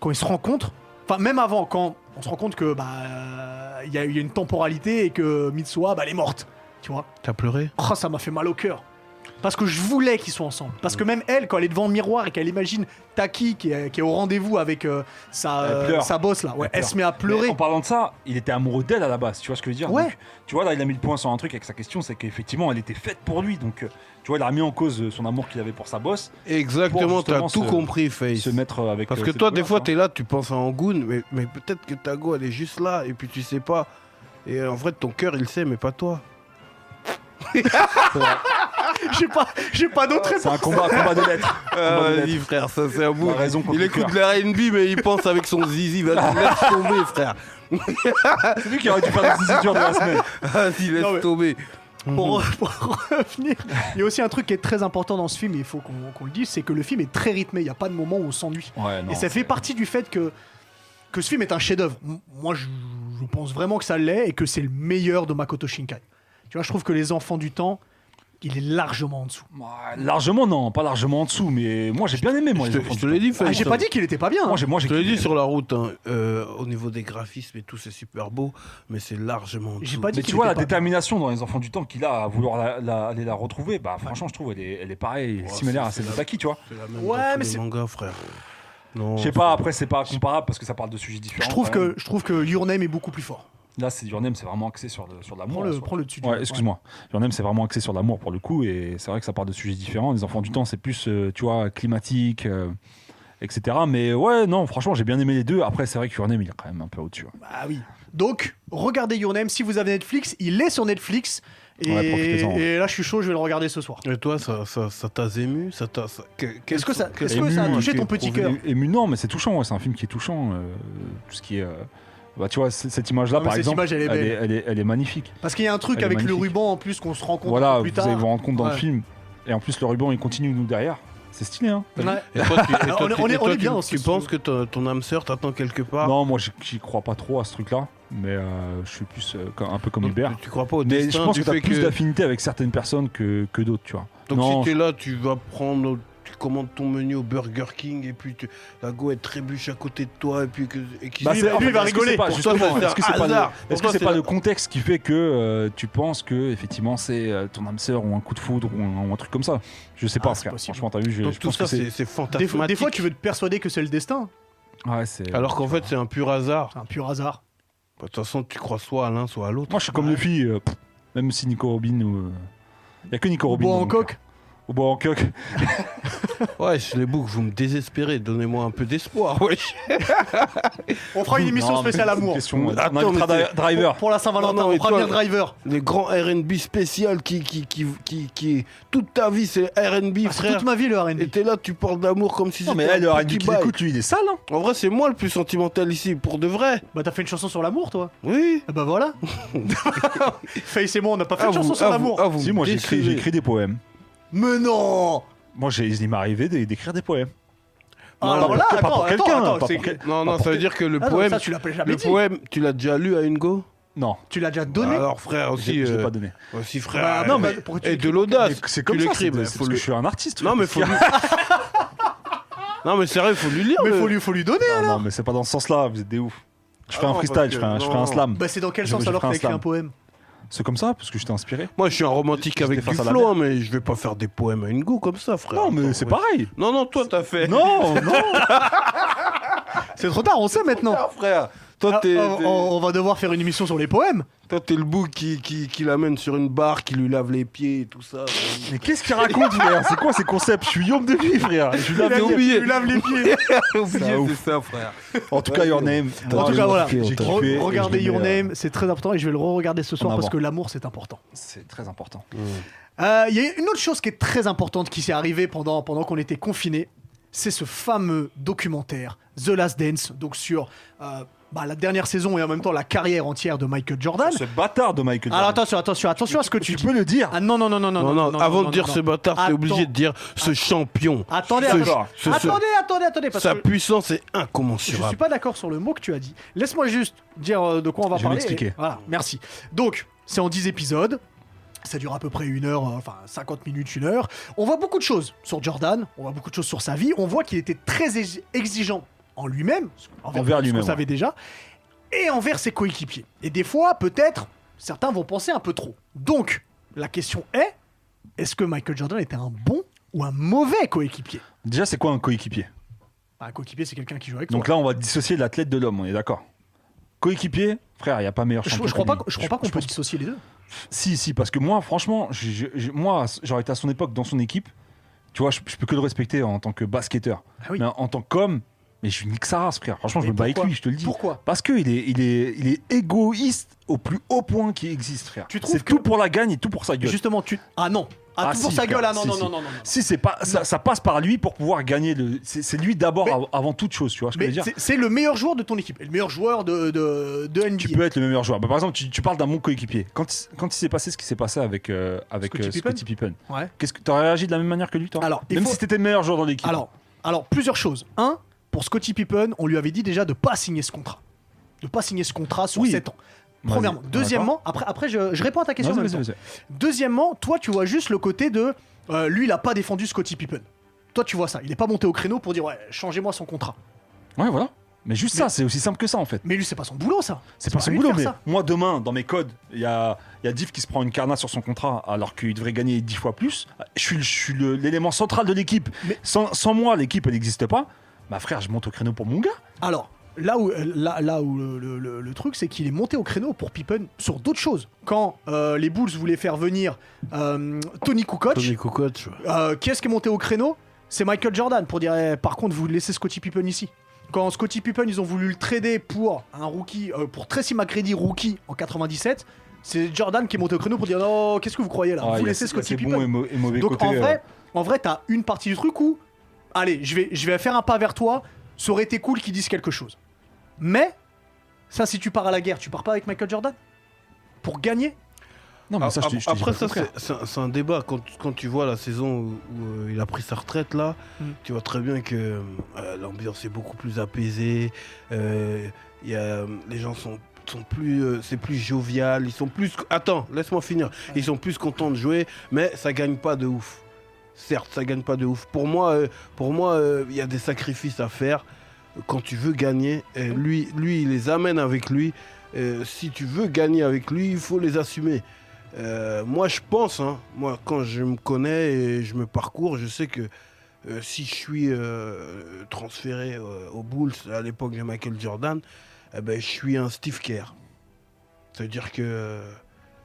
A: quand ils se rencontrent, enfin même avant, quand on se rend compte que bah euh, il y, a il y a une temporalité et que Mitsuha bah, elle est morte, tu vois.
C: T'as pleuré
A: Oh, ça m'a fait mal au cœur. Parce que je voulais qu'ils soient ensemble. Parce que
B: Mm.
A: même elle, quand elle est devant le miroir et qu'elle imagine Taki qui est, qui est au rendez-vous avec euh, sa,
B: Elle
A: euh,
B: pleure.
A: sa bosse là, ouais, elle,
B: Elle pleure.
A: se met à pleurer.
B: Mais
A: *laughs*
B: En parlant de ça, il était amoureux d'elle à la base, tu vois ce que je veux dire
A: Ouais.
B: Donc, Tu vois, là, il a mis le point sur un truc avec sa question, c'est qu'effectivement, elle était faite pour lui. Donc, euh, tu vois, il a remis en cause euh, son amour qu'il avait pour sa bosse,
C: Exactement,
B: Pour justement
C: t'as tout
B: se-
C: compris,
B: et
C: Face.
B: se mettre euh, avec.
C: Parce
B: euh,
C: que
B: cette
C: toi, des
B: couleur,
A: hein.
C: fois,
B: tu
C: t'es là, tu penses à Angoon, mais, mais peut-être que ta go, elle est juste là, et puis tu sais pas. Et en vrai, ton cœur, il sait, mais pas toi.
A: j'ai pas, j'ai pas d'autre
B: vois. C'est
A: réponse.
B: un combat, un combat de lettres.
C: *laughs*
B: Combat de
C: vas-y,
B: lettres.
C: Euh, frère, ça, c'est un bout.
B: T'as raison contre
C: Il
B: le
C: écoute
B: cœur.
C: de la RB, mais il pense avec son
A: *laughs*
C: zizi. Vas-y, laisse tomber, frère.
B: C'est lui qui aurait dû faire la décision
C: *laughs*
B: de la semaine.
C: Vas-y, laisse
A: Non, mais- Mhm.
C: tomber.
A: Pour, *laughs* pour revenir, il y a aussi un truc qui est très important dans ce film, et il faut qu'on qu'on le dise, c'est que le film est très rythmé. Il n'y a pas de moment où on s'ennuie.
B: Ouais, non.
A: et ça fait partie du fait que, que ce film est un chef-d'œuvre. M- Moi, je, je pense vraiment que ça l'est et que c'est le meilleur de Makoto Shinkai. Tu vois, je trouve que Les Enfants du Temps, il est largement en dessous.
B: Ouais, Largement, non, pas largement en dessous, mais moi, j'ai bien aimé, moi,
C: Je
B: les
C: te,
B: enfants
C: je te
B: du
C: l'ai
B: temps.
C: dit, Face.
A: Ah, j'ai pas dit qu'il était pas bien. hein.
B: Moi, j'ai. Moi,
C: Je
B: j'ai
C: te l'ai dit
B: kiffé.
C: sur la route, hein, euh, au niveau des graphismes et tout, c'est super beau, mais c'est hein. largement. en
A: J'ai
C: dessous.
A: pas dit
B: Mais
A: qu'il
B: tu vois,
A: était
B: la
A: pas bien.
B: détermination dans Les Enfants du Temps qu'il a à vouloir la- la- aller la retrouver, bah franchement, je trouve, elle est, elle est pareille,
C: Ouais,
B: similaire
C: c'est-
B: à celle
C: c'est
B: de
C: la-
B: Taki, tu vois.
C: C'est la même
A: Ouais,
C: dans tous
A: mais
C: les
A: c'est-
C: mangas, frère. Non.
B: Je sais pas, après, c'est pas comparable parce que ça parle de sujets différents.
A: Je trouve,
B: quand même.
A: que, je trouve que Your Name est beaucoup plus fort.
B: Là, c'est Your Name, c'est vraiment axé sur, le, sur de l'amour.
A: Prends
B: là,
A: le,
B: sur-
A: prends le dessus. du-
B: Ouais, excuse-moi. Your Name, c'est vraiment axé sur l'amour pour le coup, et c'est vrai que ça parle de sujets différents. Les enfants du temps, c'est plus, euh, tu vois, climatique, euh, etc. Mais ouais, non, franchement, j'ai bien aimé les deux. Après, c'est vrai que Your Name, il est quand même un peu au-dessus. hein.
A: Ah oui. Donc, regardez Your Name si vous avez Netflix. Il est sur Netflix. Et,
B: Ouais, profitez-en, ouais.
A: et là, je suis chaud, je vais le regarder ce soir.
C: Et toi, ça, ça, ça t'a ému ça t'a, ça- que- quel-
A: Est-ce que ça,
C: quel-
A: est-ce que ça a
B: ému,
A: touché
C: tu
A: ton
C: es
A: petit
C: prouvé.
A: cœur
B: Et, mais non, mais c'est touchant, ouais, c'est un film qui est touchant. euh, tout ce qui est. euh, bah, tu vois, c- cette
A: Non,
B: image-là,
A: mais
B: par
A: cette
B: exemple,
A: image, elle est
B: elle, est,
A: belle.
B: elle est- elle est magnifique.
A: Parce qu'il y a un truc
B: Elle est
A: avec le
B: magnifique.
A: ruban en plus qu'on se rend compte un
B: voilà,
A: peu plus
B: vous
A: tard.
B: allez vous rendre compte dans
A: Ouais.
B: le film. Et en plus, le ruban, il continue, nous, derrière. C'est stylé, hein T'as vu
A: Ouais.
C: Et toi, tu,
A: *laughs*
C: et
A: On
C: toi,
A: est-
C: tu-
A: on est-
C: et toi,
A: on est
C: tu-
A: bien
C: Tu,
A: aussi, si tu
C: penses
A: veux.
C: que ton, ton âme sœur t'attend quelque part
B: Non, moi, j'y- j'y crois pas trop à ce truc-là. Mais euh, je suis plus euh, quand- un peu comme
C: Donc,
B: Hubert.
C: tu, tu crois pas au
B: Mais je
C: destin
B: pense
C: du
B: que t'as
C: fait
B: plus
C: que
B: d'affinité avec certaines personnes que, que d'autres, tu vois.
C: donc
B: non,
C: si t'es là, tu vas prendre, tu commandes ton menu au Burger King et puis tu, la go elle trébuche à côté de toi et puis que et qui
B: Bah,
A: Lui,
B: c'est-
A: lui,
B: en fait,
A: il va
B: est-ce que
A: rigoler.
B: c'est pas-
C: Pour toi,
B: justement,
C: c'est un
B: Est-ce que c'est pas,
C: hasard.
B: le-
C: Pour
B: est-ce que
C: toi,
B: c'est
C: c'est
B: pas
C: le-
B: le contexte qui fait que euh, tu penses que effectivement c'est euh, ton âme sœur ou un coup de foudre ou un, ou un truc comme ça Je sais
A: Ah,
B: pas,
A: c'est
B: frère.
A: possible.
B: Franchement, t'as vu, je,
C: donc
B: je
C: tout
B: pense
C: ça
B: que c'est.
C: c'est c'est
A: Des, fois-
C: fantasmatique.
A: des fois, tu veux te persuader que c'est le destin.
B: Ouais, c'est-
C: Alors qu'en fait c'est un pur hasard.
A: C'est un pur hasard.
C: Bah, De toute façon tu crois soit à l'un soit à l'autre.
B: Moi, je suis comme les filles, euh, pff, même si Nico Robin ou. Il y a que Nico Robin.
A: Bois
B: dans
A: en
B: mon cœur.
A: coque.
B: Au bois en coque.
C: Ouais, c'est les boucs, vous me désespérez, donnez-moi un peu d'espoir. *laughs* wesh.
A: On fera une émission
B: *laughs* Non, mais
A: spéciale
B: c'est une
A: amour.
B: question, On
C: Attends,
B: invitera
C: mais
B: Dri- Driver.
A: Pour la
C: Non,
A: Saint-Valentin,
C: non,
A: on
C: mais
A: fera
C: toi,
A: bien Driver.
C: Les grands R&B spécial qui qui qui qui qui toute ta vie c'est R&B
A: Ah, c'est
C: frère.
A: toute ma vie le R&B.
C: Et t'es là, tu parles d'amour comme si
B: Non,
C: c'était
B: mais elle,
C: un
B: le
C: petit
B: qui
C: bail.
B: l'écoute, lui, il est sale, hein
C: En vrai, c'est moi le plus sentimental ici, pour de vrai.
A: Bah t'as fait une chanson sur l'amour toi
C: Oui.
A: Ah bah *laughs* voilà Face et moi on n'a pas fait
C: Ah,
A: une chanson
C: vous-
A: sur
C: ah,
A: l'amour
C: vous- ah, vous
B: Si,
C: me
B: moi, j'écris
C: décevez.
B: j'écris des poèmes.
A: Mais non
B: Moi, j'ai- il m'est arrivé d'é- d'écrire des poèmes.
A: Ah, Alors
B: pas
A: là,
B: pour- pas
A: attends,
B: pour quelqu'un,
A: attends,
B: pas pour
A: c'est-
B: quel-
C: Non, non,
B: Pas
C: ça
B: pour
C: veut dire que le
A: Ah non,
C: poème,
A: ça tu l'as pas jamais
C: le
A: dit
C: poème, tu l'as déjà lu à une go Ah,
B: Non,
A: Tu l'as déjà donné
C: Alors frère aussi,
B: je je l'ai
C: euh,
B: pas donné.
C: aussi
A: Bah,
C: frère.
A: non,
C: euh,
A: mais pourquoi tu
C: et de
A: l'écris
B: Mais
C: l'audace.
B: C'est
C: tu
B: comme ça,
C: l'écris,
B: c'est-
C: mais
B: c'est
C: faut
B: parce
C: le-
B: que je suis un artiste.
C: Non,
B: ouais,
C: mais
B: parce *laughs*
C: faut.
B: qu'il y a-
C: lui- non, mais sérieux, faut lui lire.
A: Mais
C: le-
A: faut lui, faut lui donner
B: Non, non, mais c'est pas dans ce sens-là, vous êtes des ouf. Je
C: Ah
B: fais un
C: non, parce
B: freestyle,
C: que-
B: je fais un, je fais
C: non.
B: un slam.
A: Bah c'est dans quel
B: Je-
A: sens
B: je
A: alors que
B: ferai
A: t'as écrit
B: un
A: un
B: slam.
A: poème
B: C'est comme ça, parce que j'étais inspiré.
C: Moi, je suis un romantique
B: J'étais
C: avec du
B: face à la
C: flow, hein, mais je vais pas faire des poèmes à une go comme ça, frère.
B: Non, mais
C: Attends,
B: c'est
C: Ah, ouais.
B: pareil.
C: Non, non, toi, t'as fait.
B: Non, non.
A: C'est trop tard, on sait maintenant
C: Ah, frère. Toi,
A: Ah,
C: t'es.
A: on,
C: t'es-
B: oh,
A: on- on va devoir faire une émission sur les poèmes
C: Toi, t'es le bouc qui, qui, qui l'amène sur une barre, qui lui lave les pieds et tout ça.
B: *laughs* Mais qu'est-ce qu'il raconte, frère C'est quoi ces concepts Je suis Yom de lui, frère. Je lui lave
C: T'as
B: les-
C: oublié.
A: Tu laves les pieds.
B: Ça, ouf.
C: c'est ça, frère.
B: En tout cas, Your Name.
A: En tout cas, voilà.
B: J'ai kiffé,
A: Re-
B: et je
A: regardez
B: le
A: Your
B: mets, euh,
A: Name, c'est très important et je vais le re-regarder ce soir
B: en
A: parce
B: avant.
A: que l'amour c'est important.
B: C'est très important.
A: Euh, Il y a une autre chose qui est très importante qui s'est arrivée pendant, pendant qu'on était confinés, c'est ce fameux documentaire The Last Dance, donc sur euh, bah, la dernière saison et en même temps la carrière entière de Michael Jordan.
B: Ce bâtard de Michael
A: Alors
B: Jordan.
A: attention, attention, attention à ce que tu,
B: tu
A: dis.
B: peux le dire.
A: Ah non, non, non, non, non.
C: Non, non, avant de dire
A: non,
C: ce
A: non.
C: bâtard, t'es
A: Attends.
C: obligé de dire ce champion.
A: Attendez,
C: Ce-
A: attendez,
C: ce- ce-
A: attendez, attendez, attendez, parce
C: Sa
A: que
C: puissance est
A: je suis
C: incommensurable.
A: pas d'accord sur le mot que tu as dit. Laisse-moi juste dire euh, de quoi on va
B: Je vais
A: parler.
B: m'expliquer.
A: et- Voilà, merci. Donc, c'est en 10 épisodes. Ça dure à peu près une heure, euh, enfin 50 minutes, une heure. On voit beaucoup de choses sur Jordan, on voit beaucoup de choses sur sa vie. On voit qu'il était très ex- exigeant en lui-même, envers,
B: Envers
A: lui-même.
B: lui-même,
A: qu'on savait déjà, et envers ses coéquipiers. Et des fois, peut-être, certains vont penser un peu trop. Donc, la question est est-ce que Michael Jordan était un bon ou un mauvais coéquipier
B: Déjà, c'est quoi un coéquipier
A: Bah, Un coéquipier, c'est quelqu'un qui joue avec toi.
B: Donc là, on va dissocier l'athlète de l'homme, on est d'accord Coéquipier, frère, il n'y a pas meilleur
A: Je,
B: champion
A: je
B: que
A: crois pas,
B: lui.
A: je crois pas qu'on
B: je
A: peut
B: pense-
A: dissocier les deux.
B: Si, si, parce que moi, franchement, je- je- je- moi, j'aurais été à son époque, dans son équipe, tu vois, je, je peux que le respecter en tant que basketteur.
A: Ah oui.
B: Mais en, en tant qu'homme, mais je suis Nick Saras, frère. Franchement, je
A: Mais
B: me bats avec
A: pourquoi
B: lui, je te le dis.
A: Pourquoi
B: Parce qu'il est, il est, il est égoïste au plus haut point qui existe, frère.
A: Tu trouves
B: C'est
A: que-
B: tout pour la gagne et tout pour sa gueule.
A: Justement, tu. Ah non Ah,
B: Ah,
A: tout pour
B: si,
A: sa gueule, ah
B: frère,
A: non,
B: si,
A: non,
B: si.
A: non, non, non, non.
B: Si c'est pas ça, ça passe par lui pour pouvoir gagner le c'est c'est lui d'abord
A: Mais-
B: av- avant toute chose tu vois ce que je
A: Mais
B: veux dire
A: c'est- c'est le meilleur joueur de ton équipe, et le meilleur joueur de, de, de NBA.
B: tu peux être le meilleur joueur Bah, par exemple tu, tu parles d'un bon coéquipier quand il- quand il s'est passé ce qui s'est passé avec euh, avec
A: Scottie
B: euh,
A: Pippen
B: Scottie Pippen
A: Ouais.
B: qu'est-ce que t'aurais réagi de la même manière que lui toi
A: Alors, il
B: même
A: faut-
B: si t'étais le meilleur joueur dans l'équipe
A: Alors, alors, plusieurs choses. Un, pour Scottie Pippen, on lui avait dit déjà de pas signer ce contrat. De pas signer ce contrat sur
B: Oui.
A: 7 ans.
B: Vas-y.
A: Premièrement. Deuxièmement, après, après je, je réponds à ta question. en
B: Vas-y,
A: même
B: vas-y,
A: temps.
B: vas-y.
A: Deuxièmement, toi, tu vois juste le côté de euh, lui, il a pas défendu Scottie Pippen. Toi, tu vois ça. Il est pas monté au créneau pour dire ouais, changez-moi son contrat.
B: ouais voilà mais juste ça c'est aussi simple que ça en fait
A: Mais lui, c'est pas son boulot, ça.
B: c'est pas
A: à
B: son
A: lui de
B: boulot
A: faire
B: mais
A: ça.
B: moi demain dans mes codes il y a il y a Div qui se prend une carna sur son contrat alors qu'il devrait gagner 10 fois plus je suis le- je suis le- l'élément central de l'équipe
A: Mais-
B: sans sans moi l'équipe elle n'existe pas bah frère je monte au créneau pour mon gars
A: Alors, là où, là, là où le, le- le- le truc, c'est qu'il est monté au créneau pour Pippen sur d'autres choses. Quand euh, les Bulls voulaient faire venir euh, Tony Kukoc,
C: Tony Kukoc.
A: euh, qui est-ce qui est monté au créneau C'est Michael Jordan pour dire eh, par contre, vous laissez Scottie Pippen ici. Quand Scottie Pippen, ils ont voulu le trader pour un rookie, euh, pour Tracy McGrady, rookie en 97, c'est Jordan qui est monté au créneau pour dire non, qu'est-ce que vous croyez là
B: Ah, il y
A: Vous
B: a-
A: laissez
B: il y a
A: Scottie
B: ses
A: Pippen.
B: bons et mau- et mauvais
A: Donc
B: côtés,
A: en
B: euh,
A: vrai, en vrai, t'as une partie du truc où, allez, je vais, je vais faire un pas vers toi. Ça aurait été cool qu'ils disent quelque chose. Mais ça, si tu pars à la guerre, tu pars pas avec Michael Jordan pour gagner.
B: Non, mais ça, je te- je te dis
C: Après,
B: pas
C: ça,
B: le contraire.
C: c'est- c'est un- c'est un débat. Quand, quand tu vois la saison où, où, euh, il a pris sa retraite, là,
A: Mm.
C: tu vois très bien que euh, l'ambiance est beaucoup plus apaisée. euh, il y a, euh, les gens sont, sont plus. euh, c'est plus jovial. Ils sont plus. Attends, laisse-moi finir. Ils sont plus contents de jouer, mais ça gagne pas de ouf. Certes, ça gagne pas de ouf. Pour moi, euh, pour moi, euh, il y a des sacrifices à faire euh, quand tu veux gagner. euh, lui, lui, il les amène avec lui. Euh, si tu veux gagner avec lui, il faut les assumer. Euh, moi, je pense, hein, moi, quand je me connais et je me parcours, je sais que euh, si je suis euh, transféré euh, aux Bulls à l'époque de Michael Jordan, eh ben, je suis un Steve Kerr. C'est-à-dire que,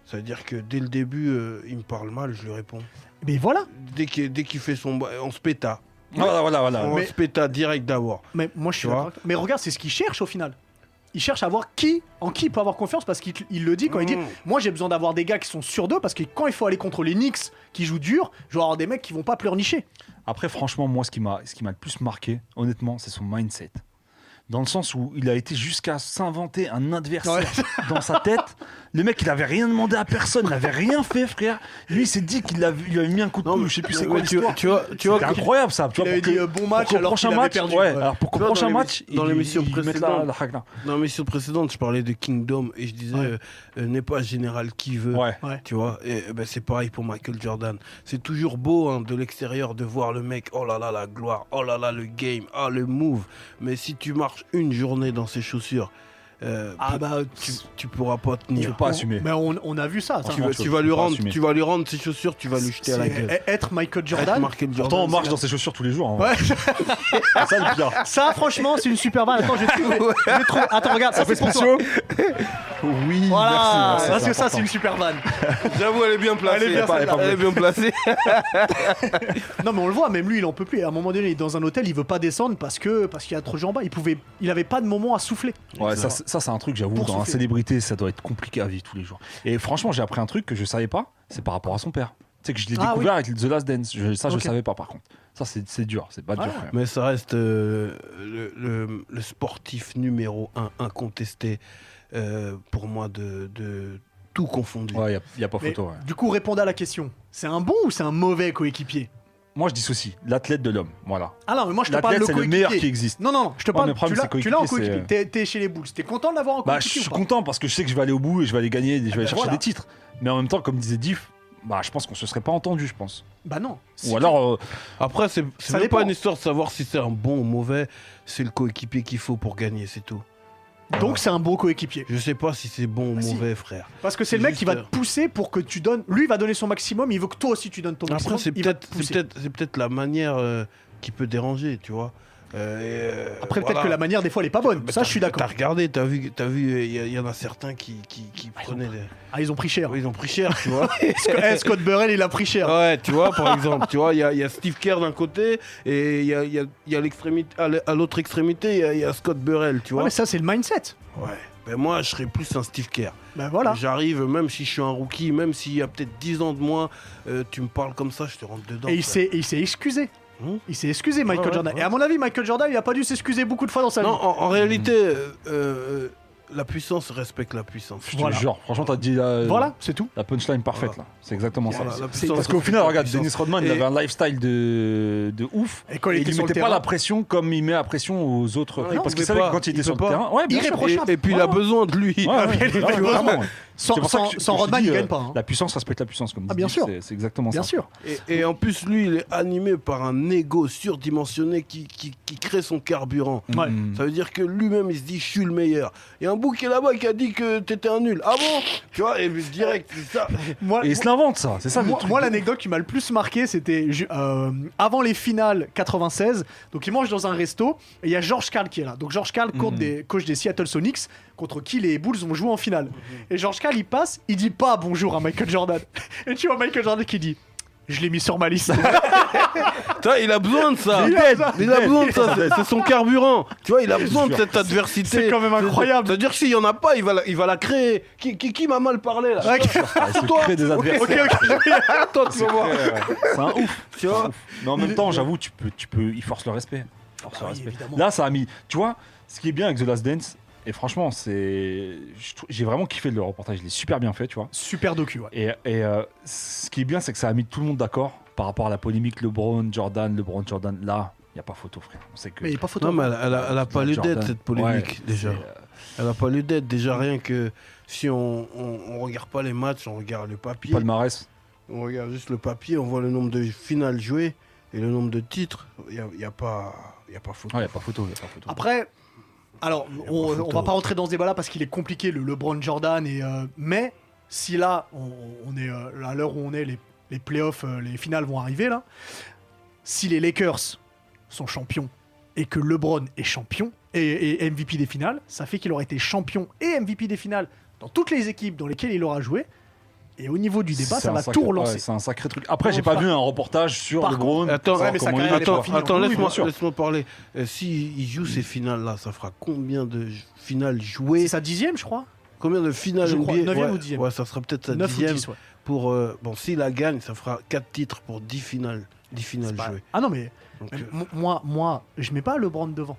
C: ça veut dire que dès le début, euh, il me parle mal, je lui réponds.
A: Mais voilà.
C: Dès qu'il dès qu'il fait son... ba- On se péta.
B: Voilà, voilà, voilà.
C: On
A: Ah, Mais-
C: se péta direct d'abord.
A: Mais moi, je suis
C: Tu vois
A: d'accord. Mais regarde, c'est ce qu'il cherche au final. Il cherche à voir qui, en qui il peut avoir confiance parce qu'il il le dit quand il dit
B: Hmm.
C: Mhm.
A: Moi j'ai besoin d'avoir des gars qui sont sûrs d'eux parce que quand il faut aller contre les Knicks qui jouent dur, je dois avoir des mecs qui vont pas pleurnicher.
B: Après, franchement, moi, ce qui m'a, ce qui m'a le plus marqué, honnêtement, c'est son mindset. Dans le sens où il a été jusqu'à s'inventer un adversaire dans sa tête. Le mec, il avait rien demandé à personne, il n'avait rien fait, frère. Lui, il s'est dit qu'il avait, il lui avait mis un coup de
C: Non,
B: pouce,
C: mais-
B: je sais plus c'est
C: mais
B: quoi
C: tu,
B: l'histoire.
C: tu vois, tu vois
B: C'est
C: que-
B: incroyable ça. Tu
A: Il
B: vois,
A: avait
B: pour
A: dit
B: que-
A: euh, bon
B: pour
A: match
B: qu'au
A: alors
B: prochain
A: qu'il avait
B: match,
A: perdu.
B: ouais,
A: Ouais.
B: alors pour qu'au
C: Tu vois,
B: prochain
C: dans
B: match,
C: l'émission- dans
B: il-
C: l'émission
B: il mette la-
C: précédente.
B: la ragla.
C: Dans l'émission précédente, je parlais de Kingdom et je disais
A: Ouais.
C: euh, euh, n'est pas général qui veut.
B: Ouais.
A: Ouais.
C: Tu vois, et, euh, ben, c'est pareil pour Michael Jordan. C'est toujours beau hein, de l'extérieur de voir le mec, oh là là ah, la gloire, oh là là le game, oh le move. Mais si tu marches une journée dans ses chaussures, euh,
A: Ah bah,
C: tu,
A: tu,
C: tu pourras pas
B: Tu
C: tenir.
B: peux pas
A: on-
B: assumer.
A: Mais on, on a vu ça. ça.
C: Tu vas, tu
B: chose,
C: vas lui
B: faut pas
C: rendre,
B: assumer.
C: tu vas lui rendre ses chaussures, tu vas lui jeter à la
A: C'est-
C: gueule.
A: e- Être Michael
C: Arrête de
A: Jordan.
C: marquer le Jordan,
B: Pourtant, on marche
C: c'est
B: dans ses chaussures tous les jours. hein.
A: Ouais.
B: C'est ça le pire.
A: Ça, franchement, c'est une super balle. Attends, je vais trouver. je vais trouver. Attends, regarde, ça, c'est pour toi.
B: Ah, Spéciaux Oui,
A: Voilà,
B: merci. merci,
A: parce
B: c'est
A: que ça,
B: important.
A: c'est une super vanne.
C: la- J'avoue, elle est bien placée.
B: Elle est bien, celle-là.
C: elle est bien placée.
A: Non, mais on le voit, même lui, il en peut plus. À un moment donné, il est dans un hôtel, il veut pas descendre parce que parce qu'il y a trop de gens en bas. Il pouvait, il avait pas de moment à souffler.
B: Ouais, ça, c'est- ça, c'est un truc, j'avoue,
A: Pour
B: dans la
A: souffler.
B: célébrité, ça doit être compliqué à vivre tous les jours. Et franchement, j'ai appris un truc que je savais pas, c'est par rapport à son père. Tu sais que je l'ai
A: Ah
B: découvert avec The Last Dance. Je- ça, je
A: Ok. Ah
B: savais pas, par contre. Ça, c'est c'est dur, c'est pas
A: Voilà.
B: dur. frère.
C: Mais ça reste euh, le, le- le sportif numéro un, incontesté euh, pour moi de, de tout confondu.
B: Ouais, y a, y a pas
A: Mais,
B: photo. ouais.
A: Du coup, répondez à la question. C'est un bon ou c'est un mauvais coéquipier
B: Moi, je dissocie l'athlète de l'homme. Voilà.
A: Ah non, mais moi, je te parle
B: L'athlète,
A: de
B: c'est le meilleur qui
A: coéquipier.
B: existe.
A: Non, non, non, je te
B: Ouais,
A: parle.
B: mais le problème,
A: tu l'as-
B: c'est
A: tu l'as en
B: coéquipier,
A: coéquipier. T'es t'es chez les Bulls. T'es content de l'avoir en
B: Bah, je suis
A: coéquipier ou pas Ah,
B: content parce que je sais que je vais aller au bout et je vais aller gagner, et je vais aller chercher
A: voilà.
B: des titres. Mais en même temps, comme disait Diff, bah, je pense qu'on se serait pas entendu, je pense.
A: Bah non. Si-
B: Ou alors, euh,
C: Après, c'est c'est
A: Ça
C: même pas
A: dépend.
C: une histoire de savoir si c'est un bon ou mauvais, c'est le coéquipier qu'il faut pour gagner, c'est tout.
A: Donc, c'est un bon coéquipier.
C: Je sais pas si c'est bon ou
A: Ah, si.
C: mauvais, frère.
A: Parce que c'est
C: C'est
A: le mec qui va te
C: juste-
A: pousser pour que tu donnes. Lui, il va donner son maximum. Il veut que toi aussi tu donnes ton maximum.
C: Après, c'est
A: il va
C: peut-être
A: te
C: c'est
A: pousser.
C: peut-être- c'est peut-être la manière euh, qui peut déranger, tu vois. Euh,
A: Après, peut-être
C: voilà.
A: que la manière, des fois, elle est pas bonne.
C: Mais
A: Ça,
C: t'as-
A: je suis
C: T'as
A: d'accord.
C: regardé, t'as vu, t'as vu, il y, a- y en a certains qui, qui, qui
A: Ah, ils
C: prenaient. des-
A: Ah, ils ont pris cher.
C: Ouais, Ils ont pris cher,
A: *laughs*
C: tu vois.
A: Sc- eh, Scott Burrell, il a pris cher.
C: *laughs* ouais, tu vois, par exemple, tu vois, il y a, il y a Steve Kerr d'un côté et il y a, il y a- il y a l'extrémité, à l'- à l'autre extrémité, il y a- il y, a Scott Burrell, tu
A: Ouais,
C: vois.
A: mais ça, c'est le mindset.
C: Ouais. Ben moi, je serais plus un Steve Kerr.
A: Ben voilà.
C: J'arrive, même si je suis un rookie, même s'il y a peut-être 10 ans de moins, euh, tu me parles comme ça, je te rentre dedans.
A: Et il
C: frère.
A: s'est et il s'est excusé.
C: Hmm
A: Il s'est excusé, Michael
C: Ouais, ouais,
A: Jordan.
C: ouais.
A: Et à mon avis, Michael Jordan, il a pas dû s'excuser beaucoup de fois dans sa vie.
C: Non, en, en réalité, euh, euh, la puissance respecte la puissance.
B: je te
A: Voilà.
B: le jure, franchement, t'as dit
C: euh,
B: euh, la,
A: Voilà, c'est tout.
B: la punchline parfaite là. C'est exactement
C: Voilà,
B: ça.
C: la
A: c'est-
C: puissance
B: Parce qu'au final,
C: respecte la
B: regarde,
C: puissance.
B: Dennis Rodman,
C: Et-
B: il avait un lifestyle de, de ouf.
A: Et quand il
B: Et
A: était
B: il ne
A: sur le
B: mettait pas
A: terrain-
B: la pression comme il met la pression aux autres.
C: Voilà, il
B: parce qu'il
C: pouvait
B: savait
C: pas,
B: que quand il était
C: il
B: sur le
C: peut pas. Ah,
B: terrain, ouais, bien
A: Il
B: sûr.
A: répro- Irréprochable.
C: Et, et puis il a
A: Voilà.
C: besoin de lui.
B: Ouais, ouais, ouais,
C: *laughs*
A: Il a
B: ouais,
A: besoin.
B: vraiment. C'est
A: Sans,
B: pour ça
A: sans-
B: que je-
A: sans
B: je te
A: Rodman,
B: dis,
A: il
B: euh,
A: gagne pas. hein.
B: La puissance respecte la puissance, comme
A: Ah,
B: dit
A: bien
B: Diff,
A: sûr.
B: c'est- C'est exactement
A: Bien
B: ça.
A: sûr.
C: Et, et en plus, lui, il est animé par un ego surdimensionné qui, qui, qui crée son carburant.
A: Ouais.
B: Mm.
C: Ça veut dire que lui-même, il se dit, je suis le meilleur. Et un bouc qui est là-bas qui a dit que t'étais un nul. Ah bon Tu vois, et direct, c'est ça.
A: Moi,
B: Et il se l'invente, ça. C'est ça le
A: moi,
B: truc.
A: moi, l'anecdote qui m'a le plus marqué, c'était ju- euh, avant les finales 96. Donc, ils mangent dans un resto et il y a George Karl qui est là. Donc, George Karl,
B: Mhm.
A: coach, des, coach des Seattle Sonics, contre qui les Bulls ont joué en finale.
B: Mhm.
A: Et George Karl, il passe, il dit pas bonjour à Michael Jordan. *laughs* Et tu vois Michael Jordan qui dit Je l'ai mis sur ma
B: *laughs*
A: liste.
C: Putain, il a besoin de ça.
A: Il a besoin.
C: Il a besoin de *laughs* ça. Ah, C'est- C'est son carburant.
B: Ah,
C: Tu vois, il a besoin de
B: sûr.
C: cette adversité.
A: C'est quand même incroyable.
C: Ça veut dire que s'il y en a pas, il va la, il va la créer. Qui, qui, qui m'a mal parlé là
A: Ok,
B: Ah, il se
C: Toi.
B: crée des adversaires.
A: ok, ok.
C: Attends, tu vas voir.
B: C'est un ouf.
C: Tu vois
B: Mais en même temps, j'avoue, tu peux, tu peux, il force le respect. Il
A: Bah
B: force le
A: oui,
B: respect.
A: évidemment.
B: Là, ça a mis. Tu vois, ce qui est bien avec The Last Dance, et franchement, c'est, je trou- j'ai vraiment kiffé le reportage. Il est super bien fait, tu vois.
A: Super docu, ouais.
B: Et, et, euh, ce qui est bien, c'est que ça a mis tout le monde d'accord par rapport à la polémique LeBron, Jordan, LeBron, Jordan. Là, il n'y a pas photo, frère. On sait
A: *laughs*
B: que.
A: Mais il est pas photo.
C: Non, mais elle, elle a, elle a pas lieu
B: Jordan-
C: d'être cette polémique
B: Ouais,
C: déjà.
B: c'est, euh,
C: Elle a pas lieu d'être déjà rien que si on, on, on regarde pas les matchs, on regarde le papier.
B: Palmarès.
C: On regarde juste le papier, on voit le nombre de finales jouées et le nombre de titres. Il n'y a, y a pas, y a pas
B: Il
C: photo.
B: n'y a pas photo. y a pas photo.
A: Après, alors, on,
C: photo.
A: on va pas rentrer dans ce débat-là parce qu'il est compliqué, le LeBron Jordan. Et, euh, mais si là, on, on est euh, à l'heure où on est, les, les playoffs, euh, les finales vont arriver là. Si les Lakers sont champions et que LeBron est champion et, et MVP des finales, ça fait qu'il aurait été champion et MVP des finales dans toutes les équipes dans lesquelles il aura joué. Et au niveau du débat,
B: C'est
A: ça
B: un
A: va
B: sacré-
A: tout relancer.
B: ouais, c'est un sacré truc. Après,
A: Bon,
B: j'ai pas
A: par-
B: vu un reportage sur
A: par
B: LeBron.
C: Attends,
B: savoir
A: ouais, mais ça
B: comment
A: crée
B: il
A: un débat.
B: est, tu
C: Attends,
B: vois.
A: finie.
C: attends,
B: Oui,
C: laisse-moi
B: bien sûr.
C: laisse-moi parler. Euh, S'il il joue ces finales-là, ça fera combien de j- finales jouées
A: C'est sa dixième, je crois.
C: Combien de finales
A: Je crois,
C: NBA
A: neuvième
C: ouais,
A: ou dixième
C: ouais, ça sera peut-être sa
A: 9 ou
C: dixième.
A: 10, ouais.
C: Pour, euh, bon, s'il la gagne, ça fera 4 titres pour 10 finales. 10
A: C'est
C: finales
A: pas-
C: jouées.
A: Ah non, mais
C: Donc,
A: mais
C: euh,
A: mo- moi, moi, je mets pas LeBron devant.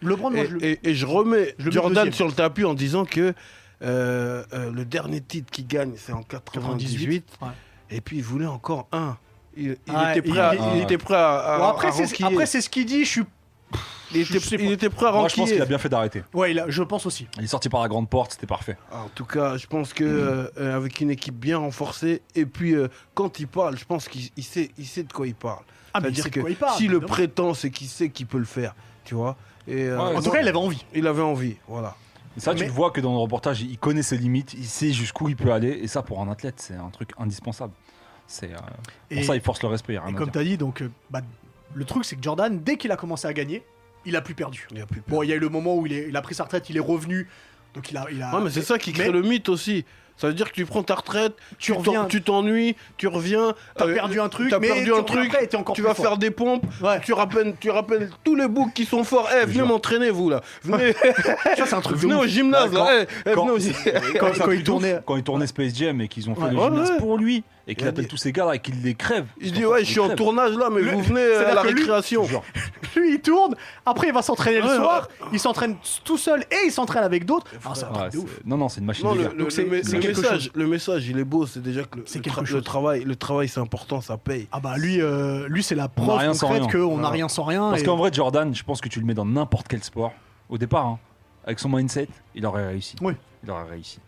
A: LeBron, moi,
C: et,
A: je le
C: et- et je remets
A: je le mets
C: Jordan
A: deuxième.
C: sur le tapis en disant que euh, euh, le dernier titre qu'il gagne, c'est en 98.
A: Ouais.
C: Et puis il voulait encore un. Il, il
A: Ouais,
C: était prêt
A: Ah, il-
C: à,
A: il-
C: il était prêt à- à-
A: Bon, après,
C: à
A: c'est,
C: ranquiller.
A: après, c'est ce qu'il dit. Je suis.
C: il, était,
A: je sais pas.
C: il était prêt à
B: Moi, je pense
C: ranquiller.
B: qu'il a bien fait d'arrêter.
A: Ouais, il a- je pense aussi.
B: Il est sorti par la grande porte, c'était parfait.
C: Ah, En tout cas, je pense que
B: Mm.
C: euh, euh, avec une équipe bien renforcée, et puis euh, quand il parle, je pense qu'il il sait, il sait de quoi il parle.
A: Ah, mais il
C: C'est-à-dire
A: sait de
C: que
A: quoi il parle,
C: si le
A: évidemment.
C: prétend, c'est qu'il sait qu'il peut le faire, tu vois. Et, euh,
B: Ouais,
A: En tout
B: moi-
A: cas, il avait envie.
C: il avait envie, voilà.
B: Ça, tu
A: Mais-
B: le vois que dans le reportage, il connaît ses limites, il sait jusqu'où il peut aller, et ça, pour un athlète, c'est un truc indispensable. C'est euh, pour
A: Et-
B: ça, il force le respect. il y a rien
A: Et
B: à
A: comme
B: dire.
A: tu as dit, donc, euh, bah, le truc, c'est que Jordan, dès qu'il a commencé à gagner, il a plus perdu.
C: Il y a plus peur.
A: Bon, il y a eu le moment où il, est- il a pris sa retraite, il est revenu. Donc il a. Il a
C: Ouais, mais c'est ça qui crée
A: mais
C: le mythe aussi. Ça veut dire que tu prends ta retraite,
A: Tu
C: t'en-
A: reviens.
C: tu t'ennuies, tu reviens.
A: T'as
C: euh,
A: perdu un truc,
C: t'as
A: mais
C: perdu
A: tu
C: un
A: reviens
C: truc,
A: après et t'es encore
C: tu
A: plus
C: vas
A: fort.
C: faire des pompes,
A: Ouais.
C: tu, rappelles, tu rappelles tous les boucs qui sont forts. Eh, venez
B: jure.
C: m'entraîner, vous là.
A: *laughs*
C: Venez,
A: Ça, c'est un truc de
C: venez
A: ouf.
C: au gymnase
B: Bah,
C: là. Eh, eh,
B: quand-
C: venez au gy-
A: *laughs* Quand,
B: C'est un
A: quand
B: truc
A: il
B: de
A: tournait.
B: ouf, quand il tournait Space Jam et qu'ils ont fait
A: Ouais.
B: le
C: Ouais,
B: gymnase
C: ouais.
B: pour lui et
C: Il
B: qu'il
C: a
B: appelle
C: dit-
B: tous ces gars là et qu'il les crève.
C: Il dit ouais, je suis en
B: tournée
C: tournage là, mais
A: Le-
C: vous venez à
A: c'est-à-dire
C: la
A: que lui-
C: récréation.
A: Lui, il tourne. Après, il va s'entraîner le
C: Ouais,
A: soir. Il s'entraîne tout seul et il s'entraîne avec d'autres. Ah, Enfin, c'est un truc de ouf.
B: Non non, c'est une machine
C: Non,
B: de
C: le,
B: guerre.
C: le-
A: Donc,
C: le
A: c'est-
C: me-
A: c'est
C: le
A: quelque
C: message,
A: chose.
C: le message, il est beau. C'est déjà que le,
A: C'est
C: le
A: quelque
C: tra-
A: chose.
C: le travail, le travail, c'est important, ça paye.
A: Ah bah lui, euh, lui c'est la preuve
B: rien sans
A: concrète
B: rien.
A: qu'on n'a rien sans rien.
B: Parce
A: et-
B: qu'en vrai Jordan, je pense que tu le mets dans n'importe quel sport au départ hein, avec son mindset, il aurait réussi.
A: Oui.
B: Il aurait réussi.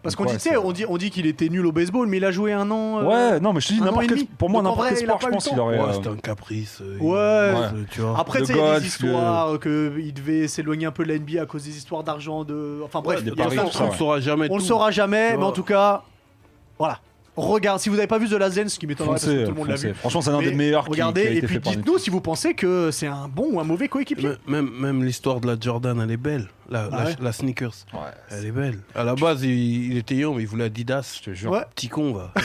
A: Parce
B: Donc,
A: qu'on dit,
B: ouais,
A: tu sais,
B: c'est-
A: on dit, on dit qu'il était nul au baseball, mais il a joué un an. euh,
B: Ouais, non mais je te dis
A: un an
B: n'importe
A: et
B: quel
A: demi.
B: pour moi
A: Donc, en
B: n'importe quel
A: vrai, il a
B: sport,
A: pas
B: je
A: eu
B: pense
A: le
B: qu'il
A: temps.
B: aurait
C: Ouais,
B: euh,
C: c'est un caprice. euh,
A: Ouais.
C: il- Tu vois.
A: Après,
B: Le
A: tu sais, il y a
B: golf,
A: des
B: le-
A: histoires euh, que il devait s'éloigner un peu de la NBA à cause des histoires d'argent. De... Enfin bref,
B: Ouais,
A: il
B: des
A: y a
B: paris,
A: plein de
B: tout ça,
A: trucs.
C: on le saura jamais.
A: on le
C: tout.
A: saura jamais,
C: Tu
A: mais
C: vois.
A: en tout cas, voilà. Regarde, si vous n'avez pas vu The Last Dance, ce qui m'étonnerait parce que
B: foncé,
A: tout le monde l'a
B: foncé.
A: vu.
B: Franchement, c'est l'un des
A: mais
B: meilleurs qui-
A: Regardez,
B: qui a
A: et
B: été
A: puis
B: fait par
A: dites-nous si vous pensez que c'est un bon ou un mauvais coéquipier.
C: Même- Même, même l'histoire de la Jordan, elle est belle. La,
A: Ah
C: la-
A: ouais
C: la sneakers,
B: Netflix. Ouais,
C: elle est belle. À la base, il, il était young, mais il voulait Adidas.
B: je te jure.
A: Ouais.
C: Petit con, *laughs* va.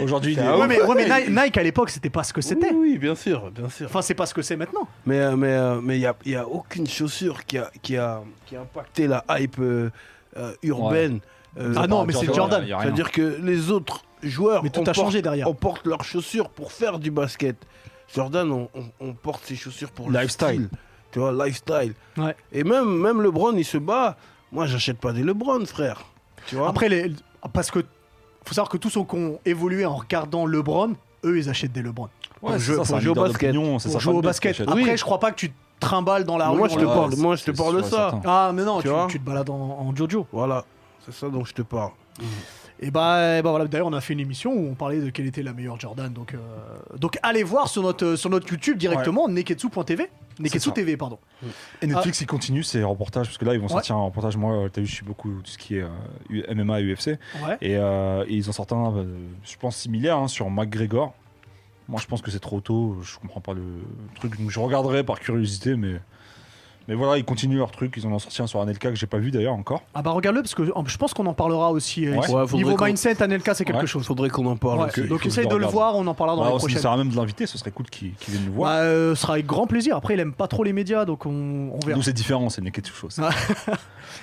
B: Aujourd'hui, il est
A: Ah Ouais, mais, ouais, mais Ni- Nike à l'époque, c'était pas ce que
C: oui,
A: c'était.
C: oui, bien sûr, bien sûr.
A: Enfin, c'est pas ce que c'est maintenant.
C: Mais euh, mais euh, mais il y a, il y a aucune chaussure qui a qui a qui a impacté la hype euh, euh, urbaine. euh,
A: Ah non, mais c'est Jordan.
B: il y a rien.
C: C'est-à-dire que les autres joueurs,
A: Mais tout
C: on
A: a changé
C: porte-
A: derrière.
C: On porte leurs chaussures pour faire du basket. Jordan, on, on- on porte ses chaussures pour le
B: Lifestyle.
C: style. Tu vois, lifestyle.
A: Ouais.
C: Et même même LeBron, il se bat. Moi, j'achète pas des LeBron, frère. Tu vois.
A: Après, les... parce que faut savoir que tous ceux qui ont évolué en regardant LeBron, eux, ils achètent des LeBron.
B: Ouais,
C: Pour
B: c'est
C: jouer-
B: ça, c'est
C: pour
B: un
C: jouer au
B: leader
C: basket.
B: d'opinion, c'est
A: pour
B: sa
A: jouer au
B: fanbase qui
A: basket.
B: achète.
A: Après,
C: Oui.
A: je crois pas que tu te trimbales dans la rue.
C: moi, je
A: en
C: te
A: le-
B: Ouais,
C: parle.
B: c'est-
C: Ah Moi, je te
B: c'est
C: parle de
B: sûr et
C: ça.
B: certain.
A: Ah, mais non,
C: Tu
A: tu,
C: vois
A: tu te balades en, en Jojo.
C: Voilà, c'est ça dont je te parle.
A: Et bah, et bah voilà, d'ailleurs, on a fait une émission où on parlait de quelle était la meilleure Jordan. Donc, euh, donc allez voir sur notre, sur notre YouTube directement, neketsu.tv. Neketsu
B: ça.
A: TV, pardon.
B: Et Netflix, ils continuent ces reportages, parce que là, ils vont sortir un reportage. Moi, t'as vu, je suis beaucoup de ce qui est euh, U- MMA, UFC.
A: Ouais.
B: Et euh, ils en sortent un, euh, je pense, similaire hein, sur McGregor. Moi, je pense que c'est trop tôt. Je comprends pas le truc. Donc, je regarderai par curiosité, mais. Mais voilà, ils continuent leur truc. Ils en ont sorti un sur Anelka que j'ai pas vu d'ailleurs encore.
A: Ah bah regarde-le, parce que en- je pense qu'on en parlera aussi. euh,
B: Ouais.
A: ici.
C: Ouais, faudrait
A: Niveau
C: qu'on-
A: mindset, Anelka, c'est quelque
B: Ouais.
A: chose.
C: Faudrait qu'on en parle.
A: Ouais.
C: aussi.
B: il faut
A: Donc
B: que je
A: essaye
B: le
A: de le
B: regarde.
A: voir, on en parlera Ah, dans
B: Bah,
A: les
B: ça
A: prochaines.
B: sert à même de l'inviter, ce serait cool qu'ils qu'ils viennent nous voir.
A: Bah, euh, ce sera avec grand plaisir. Après, il aime pas trop les médias, donc on, on verra.
B: Nous, c'est différent, c'est Neketsu Show. c'est-
A: Ah.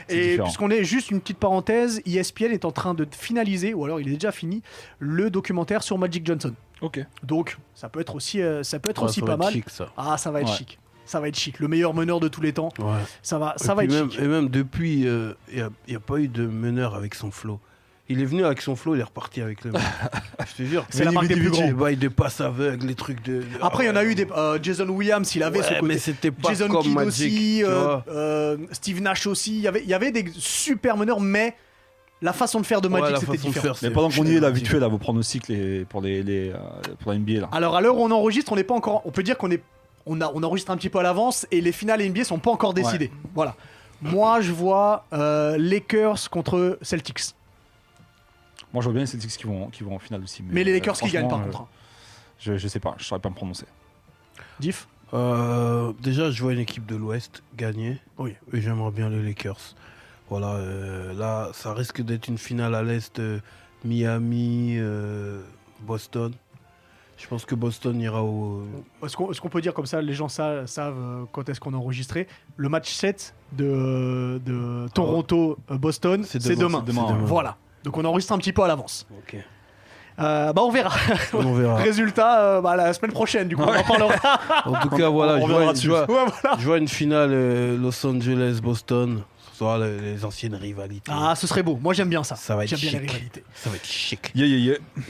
B: c'est
A: Et
B: différent.
A: puisqu'on est juste une petite parenthèse, E ESPN est en train de finaliser, ou alors il est déjà fini, le documentaire sur Magic Johnson.
B: Ok.
A: Donc ça peut être aussi, euh, ça peut être
C: Ouais,
A: aussi
C: ça
A: pas
C: va être
A: mal.
C: chic, ça.
A: Ah, ça va être
B: Ouais.
A: chic. Ça va être chic. Le meilleur meneur de tous les temps.
C: Ouais.
A: Ça va,
C: Et
A: ça va
C: puis
A: être
C: même,
A: chic.
C: Et même depuis, euh, il n'y a, y a pas eu de meneur avec son flow. Il est venu avec son flow, il est reparti avec le.
A: *laughs*
C: Je te jure.
A: C'est la marque des plus grands.
C: Les bails de passe bah, aveugle, les trucs de.
A: Après, il y en a eu des euh, Jason Williams, il avait
C: Ouais,
A: ce côté.
C: mais c'était pas
A: Jason
C: comme
A: Kidd
C: Magic.
A: aussi,
C: tu
A: euh,
C: vois.
A: euh, Steve Nash aussi. Il y avait, il y avait des super meneurs, mais la façon de faire de
C: Ouais,
A: Magic
C: la
A: c'était
C: façon de
A: différent.
C: faire,
B: Mais
C: c'est-
B: pendant qu'on y est, là,
A: hein.
C: c'est-
B: vite fait, là, vos pronostics les, pour, les, les, euh, pour la NBA, là.
A: Alors à l'heure où on enregistre, on n'est pas encore. On peut dire qu'on est, on a, on enregistre un petit peu à l'avance et les finales NBA sont pas encore décidées. Voilà. Moi, je vois euh, Lakers contre Celtics.
B: Moi, je vois bien les Celtics qui vont, qui vont en finale aussi.
A: Mais les
B: euh,
A: Lakers qui gagnent par
B: franchement,
A: contre. hein.
B: euh, Je, je sais pas, je saurais pas me prononcer.
A: Diff.
C: Euh, déjà, je vois une équipe de l'Ouest gagner.
A: Oui.
C: Et j'aimerais bien les Lakers. Voilà, euh, là, ça risque d'être une finale à l'Est, euh, Miami, euh, Boston. Je pense que Boston ira au.
A: Est-ce qu'on est-ce qu'on peut dire comme ça, les gens sa- savent euh, quand est-ce qu'on a enregistré Le match 7 de, de Toronto-Boston,
C: Ah C'est
A: c'est
C: demain,
A: demain.
B: c'est demain,
A: C'est
B: ouais.
A: Voilà. Donc on enregistre un petit peu à l'avance.
C: Ok.
A: Euh, bah on verra.
B: *laughs*
C: On verra.
A: *laughs* Résultat, euh, bah, la semaine prochaine, du coup, on en parlera.
C: En tout cas, *laughs* voilà,
B: on
C: je,
B: reviendra
C: vois,
B: dessus. *laughs*
C: je vois-
A: *laughs* Ouais, voilà.
C: je vois une finale euh, Los Angeles-Boston. Ce sera les, les anciennes rivalités.
A: Ah, ce serait beau. Moi, j'aime bien ça.
C: Ça va être
A: J'aime bien les
C: chic.
A: rivalités.
C: Ça va être chic.
B: Yeah, yeah,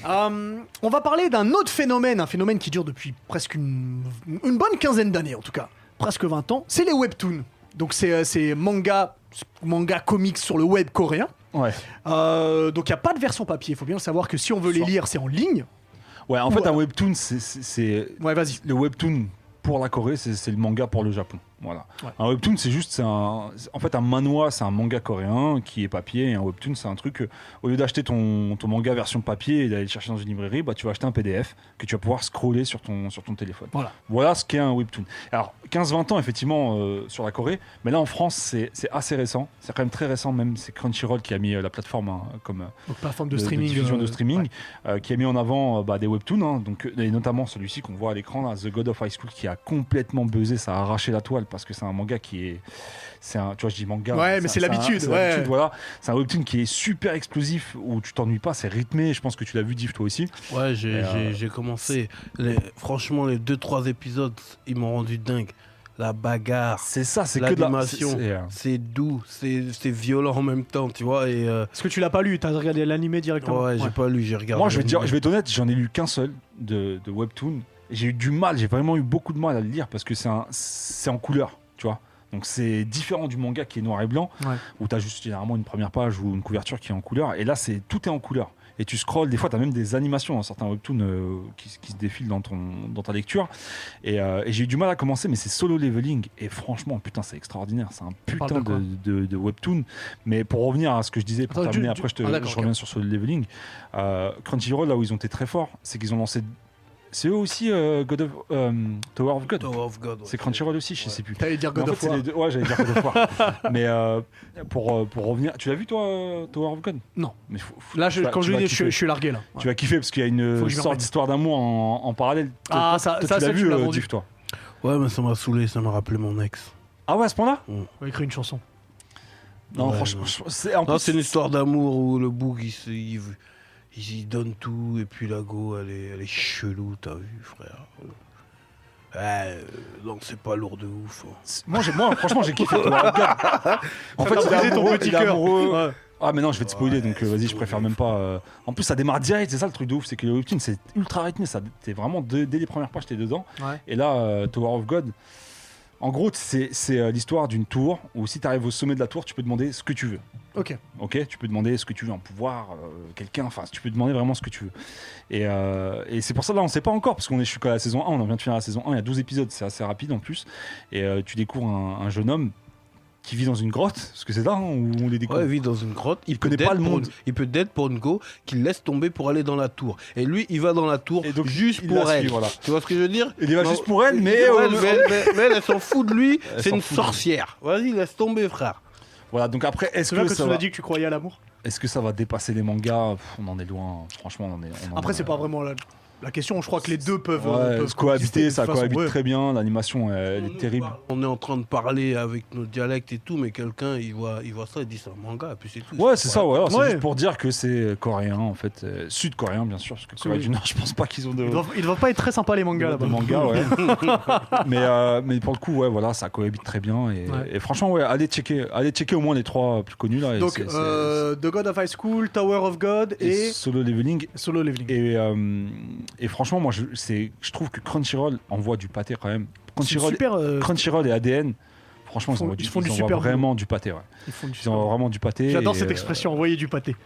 B: yeah.
A: Euh, on va parler d'un autre phénomène, un phénomène qui dure depuis presque une, une bonne quinzaine d'années en tout cas, presque 20 ans, c'est les webtoons. Donc c'est euh, c'est manga, manga comics sur le web coréen.
B: Ouais.
A: Euh, donc il n'y a pas de version papier, il faut bien le savoir que si on veut les
B: Soit.
A: lire, c'est en ligne.
B: Ouais, en
A: Ouais.
B: fait, un webtoon, c'est- c'est. c'est-
A: Ouais, vas-y.
B: Le webtoon pour la Corée, c'est c'est le manga pour le Japon. Voilà.
A: Ouais.
B: Un webtoon, c'est juste, c'est un- en fait, un manhwa, c'est un manga coréen qui est papier, et un webtoon, c'est un truc. euh, Au lieu d'acheter ton, ton manga version papier et d'aller le chercher dans une librairie, bah, tu vas acheter un PDF que tu vas pouvoir scroller sur ton, sur ton téléphone.
A: Voilà.
B: Voilà ce qu'est un webtoon. Alors, 15-20 ans, effectivement, euh, sur la Corée, mais là, en France, c'est c'est assez récent. C'est quand même très récent, même c'est Crunchyroll qui a mis euh, la plateforme hein, comme, euh,
A: Donc plateforme de
B: de- de
A: streaming.
B: diffusion
A: euh,
B: de streaming,
A: ouais.
B: euh, qui a mis en avant euh, bah, des webtoons, hein, donc, euh, et notamment celui-ci qu'on voit à l'écran, là, The God of High School, qui a complètement buzzé, ça a arraché la toile parce que c'est un manga qui est. c'est Un, tu vois, je dis manga.
A: Ouais,
B: c'est
A: mais
B: un-
A: c'est
B: un-
A: l'habitude,
B: c'est
A: ouais.
B: l'habitude, voilà. C'est un webtoon qui est super explosif, où tu t'ennuies pas, c'est rythmé. Je pense que tu l'as vu, Div, toi aussi.
C: Ouais, j'ai
B: Et, euh,
C: j'ai- j'ai commencé. Les- franchement, les deux, trois épisodes, ils m'ont rendu dingue. La bagarre,
B: C'est ça, c'est que de la. c'est-
C: l'animation,
B: c'est, euh,
C: c'est doux, c'est c'est violent en même temps, tu vois. Et euh,
A: Est-ce que tu l'as pas lu T'as regardé l'animé
C: ouais,
A: directement
C: j'ai
A: Ouais.
C: pas lu, j'ai regardé.
B: Moi, je vais, te dire, je vais être honnête, j'en ai lu qu'un seul de, de Webtoon. J'ai eu du mal, j'ai vraiment eu beaucoup de mal à le lire parce que c'est un- c'est en couleur, tu vois. Donc c'est différent du manga qui est noir et blanc,
A: Ouais.
B: où tu as juste généralement une première page ou une couverture qui est en couleur. Et là, c'est tout est en couleur. Et tu scrolles, des fois, tu as même des animations dans certains webtoons euh, qui, se- qui se défilent dans, ton, dans ta lecture. Et, euh, et j'ai eu du mal à commencer, mais c'est solo leveling. Et franchement, putain, c'est extraordinaire. C'est un
A: parle
B: putain
A: de quoi
B: de, de- de webtoon. Mais pour revenir à ce que je disais, pour
A: Attends,
B: terminer,
A: du- du-
B: après, je, te,
A: Ah, d'accord,
B: je
A: ok.
B: reviens sur solo leveling. Euh, Crunchyroll, là où ils ont été très forts, c'est qu'ils ont lancé. C'est eux aussi euh, God of, euh, Tower of God.
C: Tower of God, ouais.
B: C'est Crunchyroll aussi, je
C: Ouais.
B: sais plus.
A: T'allais dire
B: Mais
A: God
B: en
A: of
B: fait, c'est
A: War.
B: les deux- Ouais, j'allais dire God of War.
A: *laughs*
B: Mais euh, pour, euh, pour revenir, tu l'as vu toi, euh, Tower of God
A: Non.
B: Mais faut- faut-
A: Là, je-
B: tu vas-
A: quand
B: tu
A: je
B: vas
A: dis, je, suis-
B: kiffer.
A: je suis largué là. Ouais.
B: Tu vas kiffer parce qu'il y a
A: Faut
B: une
A: que je m'y
B: sorte
A: remette.
B: d'histoire d'amour en, en parallèle.
A: Ah, ça,
B: Toi,
A: ça,
B: tu
A: ça,
B: l'as
A: tu
B: vu,
A: l'as
B: euh,
A: vendu.
B: Div, toi
C: Ouais, mais ça m'a saoulé, ça m'a rappelé mon ex.
B: Ah ouais, à ce point-là
A: On va écrire une chanson.
B: Non,
C: Ouais,
B: franchement,
C: non.
B: je- c'est en
C: Non,
B: plus-
C: c'est une histoire d'amour où le bouc, il, se- il, veut- il y donne tout, et puis la go, elle est, elle est chelou, t'as vu, frère. Ouais, euh, non, c'est pas lourd de ouf. hein.
B: Moi, j'ai- moi, franchement, j'ai kiffé Tower of God.
A: *laughs*
B: En fait,
A: t'a
B: il est
A: brisé ton
B: amoureux,
A: petit
B: il est
A: cœur.
B: amoureux.
A: Ouais.
B: Ah mais non, je vais te spoiler,
C: Ouais,
B: donc euh,
C: c'est
B: vas-y, je
C: tout,
B: préfère
C: ouais.
B: même pas. euh. En plus, ça démarre direct, c'est ça le truc de ouf, c'est que le webtoon, c'est ultra rythmé, ça, t'es vraiment dès- dès les premières pages, t'es dedans.
A: Ouais.
B: Et là, euh, Tower of God, en gros, c'est c'est, euh, l'histoire d'une tour où si t'arrives au sommet de la tour, tu peux demander ce que tu veux.
A: Ok.
B: Ok, tu peux demander ce que tu veux, un pouvoir, euh, quelqu'un, enfin, tu peux demander vraiment ce que tu veux. Et, euh, et c'est pour ça, là, on sait pas encore, parce qu'on est, je suis qu'à la saison 1, on en vient de finir la saison 1, il y a 12 épisodes, c'est assez rapide en plus. Et euh, tu découvres un, un jeune homme qui vit dans une grotte, parce que c'est là hein, où on les découvre.
C: Ouais, il vit dans une grotte, il,
B: connaît
C: peut
B: pas
C: dead
B: le
C: pour
B: monde.
C: une- il peut dead pour une go qu'il laisse tomber pour aller dans la tour. Et lui, il va dans la tour
B: Et donc,
C: juste
B: il
C: pour
B: la
C: elle.
B: suit, voilà.
C: Tu vois ce que je veux dire
B: Il y va
C: Non,
B: juste pour elle, mais.
C: Ouais,
B: euh,
C: elle, mais- mais- mais elle, elle s'en fout de lui,
B: Elle
C: c'est
B: s'en
C: une
B: fout de lui.
C: sorcière. Vas-y, laisse tomber, frère.
B: Voilà, donc après, est-ce
A: C'est là
B: que,
A: que tu
B: ça
A: nous
B: va...
A: as dit que tu croyais à l'amour.
B: est-ce que ça va dépasser les mangas Pff, On en est loin, hein. franchement, on en est. on en
A: Après,
B: est- euh,
A: c'est pas vraiment la, la question. Je crois que les deux peuvent, euh,
B: Ouais,
A: peuvent
B: se cohabiter,
A: coexister de
B: ça
A: toute façon.
B: cohabite
A: Ouais.
B: très bien, l'animation elle, est terrible.
C: On est en train de parler avec nos dialectes et tout, mais quelqu'un, il voit, il voit ça, il dit c'est un manga, et puis c'est tout.
B: Ouais, c'est ça, ouais, alors, c'est
A: Ouais.
B: juste pour dire que c'est coréen, en fait, euh, sud-coréen, bien sûr, parce que Corée
A: Oui.
B: du Nord, *laughs* je pense pas qu'ils ont de.
A: Ils doivent, ils doivent pas être très sympas les mangas
B: de- de
A: là-bas.
B: manga, ouais. *laughs* mais, euh, mais pour le coup, ouais, voilà, ça cohabite très bien. Et,
A: Ouais.
B: et franchement, ouais, allez checker, allez checker au moins les trois plus connus là.
A: *laughs*
B: et
A: Donc,
B: c'est- c'est-
A: euh, The God of High School, Tower of God
B: et
A: et
B: solo leveling
A: Solo Leveling.
B: Et, euh, et franchement, moi, je, c'est- je trouve que Crunchyroll envoie du pâté quand même.
A: C'est
B: Crunchyroll,
A: super. euh,
B: Crunchyroll et ADN, franchement,
A: Ils font-
B: envoient du,
A: ils font du
B: envoient
A: super
B: vraiment du pâté. ouais.
A: ils font du
B: Ils envoient vraiment du pâté.
A: J'adore
B: et,
A: cette
B: euh,
A: expression, envoyer du pâté.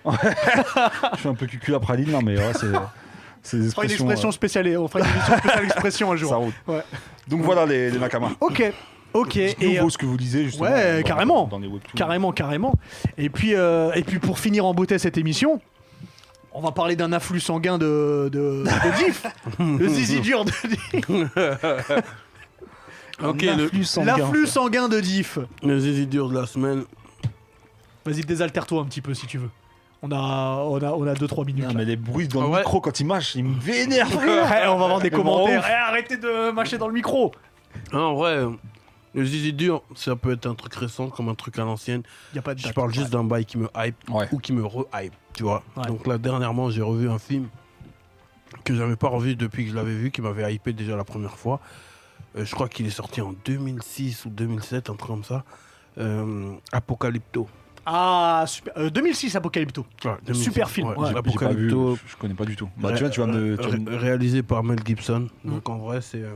B: je suis un peu cucul après Lille, non, mais ouais,
A: *laughs*
B: c'est, c'est des
A: On fera une
B: expressions.
A: expression spéciale, et- on fera une émission spéciale expression un
B: euh, *laughs* ça
A: jour.
B: roule.
A: Ouais.
B: Donc voilà les, les Nakama.
A: Ok, ok.
B: Dites-nous,
A: Et, euh,
B: vous, ce que vous lisez justement.
A: ouais,
B: dans-
A: carrément.
B: Dans les webtoons.
A: Carrément, carrément. Et puis, euh, et puis pour finir en beauté cette émission, on va parler d'un afflux sanguin de, de, de
B: *laughs*
A: Diff. le zizi dur de Diff.
C: Ok, le,
B: L'afflux sanguin.
A: L'afflux sanguin de Diff.
C: le zizi dur de la semaine.
A: Vas-y, désaltère-toi un petit peu si tu veux. On a 2-3 on a, on a deux, trois minutes.
B: Non,
A: là.
B: mais les bruits dans le
C: Ah ouais.
B: micro quand ils mâchent, ils me vénèrent.
A: Eh, on va avoir des
B: Mais bon,
A: commentaires.
B: ouf.
A: Eh, arrêtez de mâcher dans le micro.
C: Ah, en vrai, euh, le zizi dur, ça peut être un truc récent comme un truc à l'ancienne.
A: Y a pas de
C: Je
A: date.
C: parle juste d'un bail qui me hype
B: Ouais.
C: ou qui me re-hype, tu vois.
A: Ouais.
C: Donc là, dernièrement, j'ai revu un film que j'avais pas revu depuis que je l'avais vu, qui m'avait hypé déjà la première fois. Euh, je crois qu'il est sorti en 2006 ou 2007, un truc comme ça. Euh, Apocalypto.
A: Ah, super. Euh, 2006 Apocalypto.
C: Ouais,
A: Super film, ouais.
B: J'ai- j'ai pas
C: Apocalypto,
B: vu, je, je connais pas du tout. Bah, tu vois, euh, tu vas me. tu vas me-
C: Ré- réalisé par Mel Gibson. Donc en vrai, c'est euh,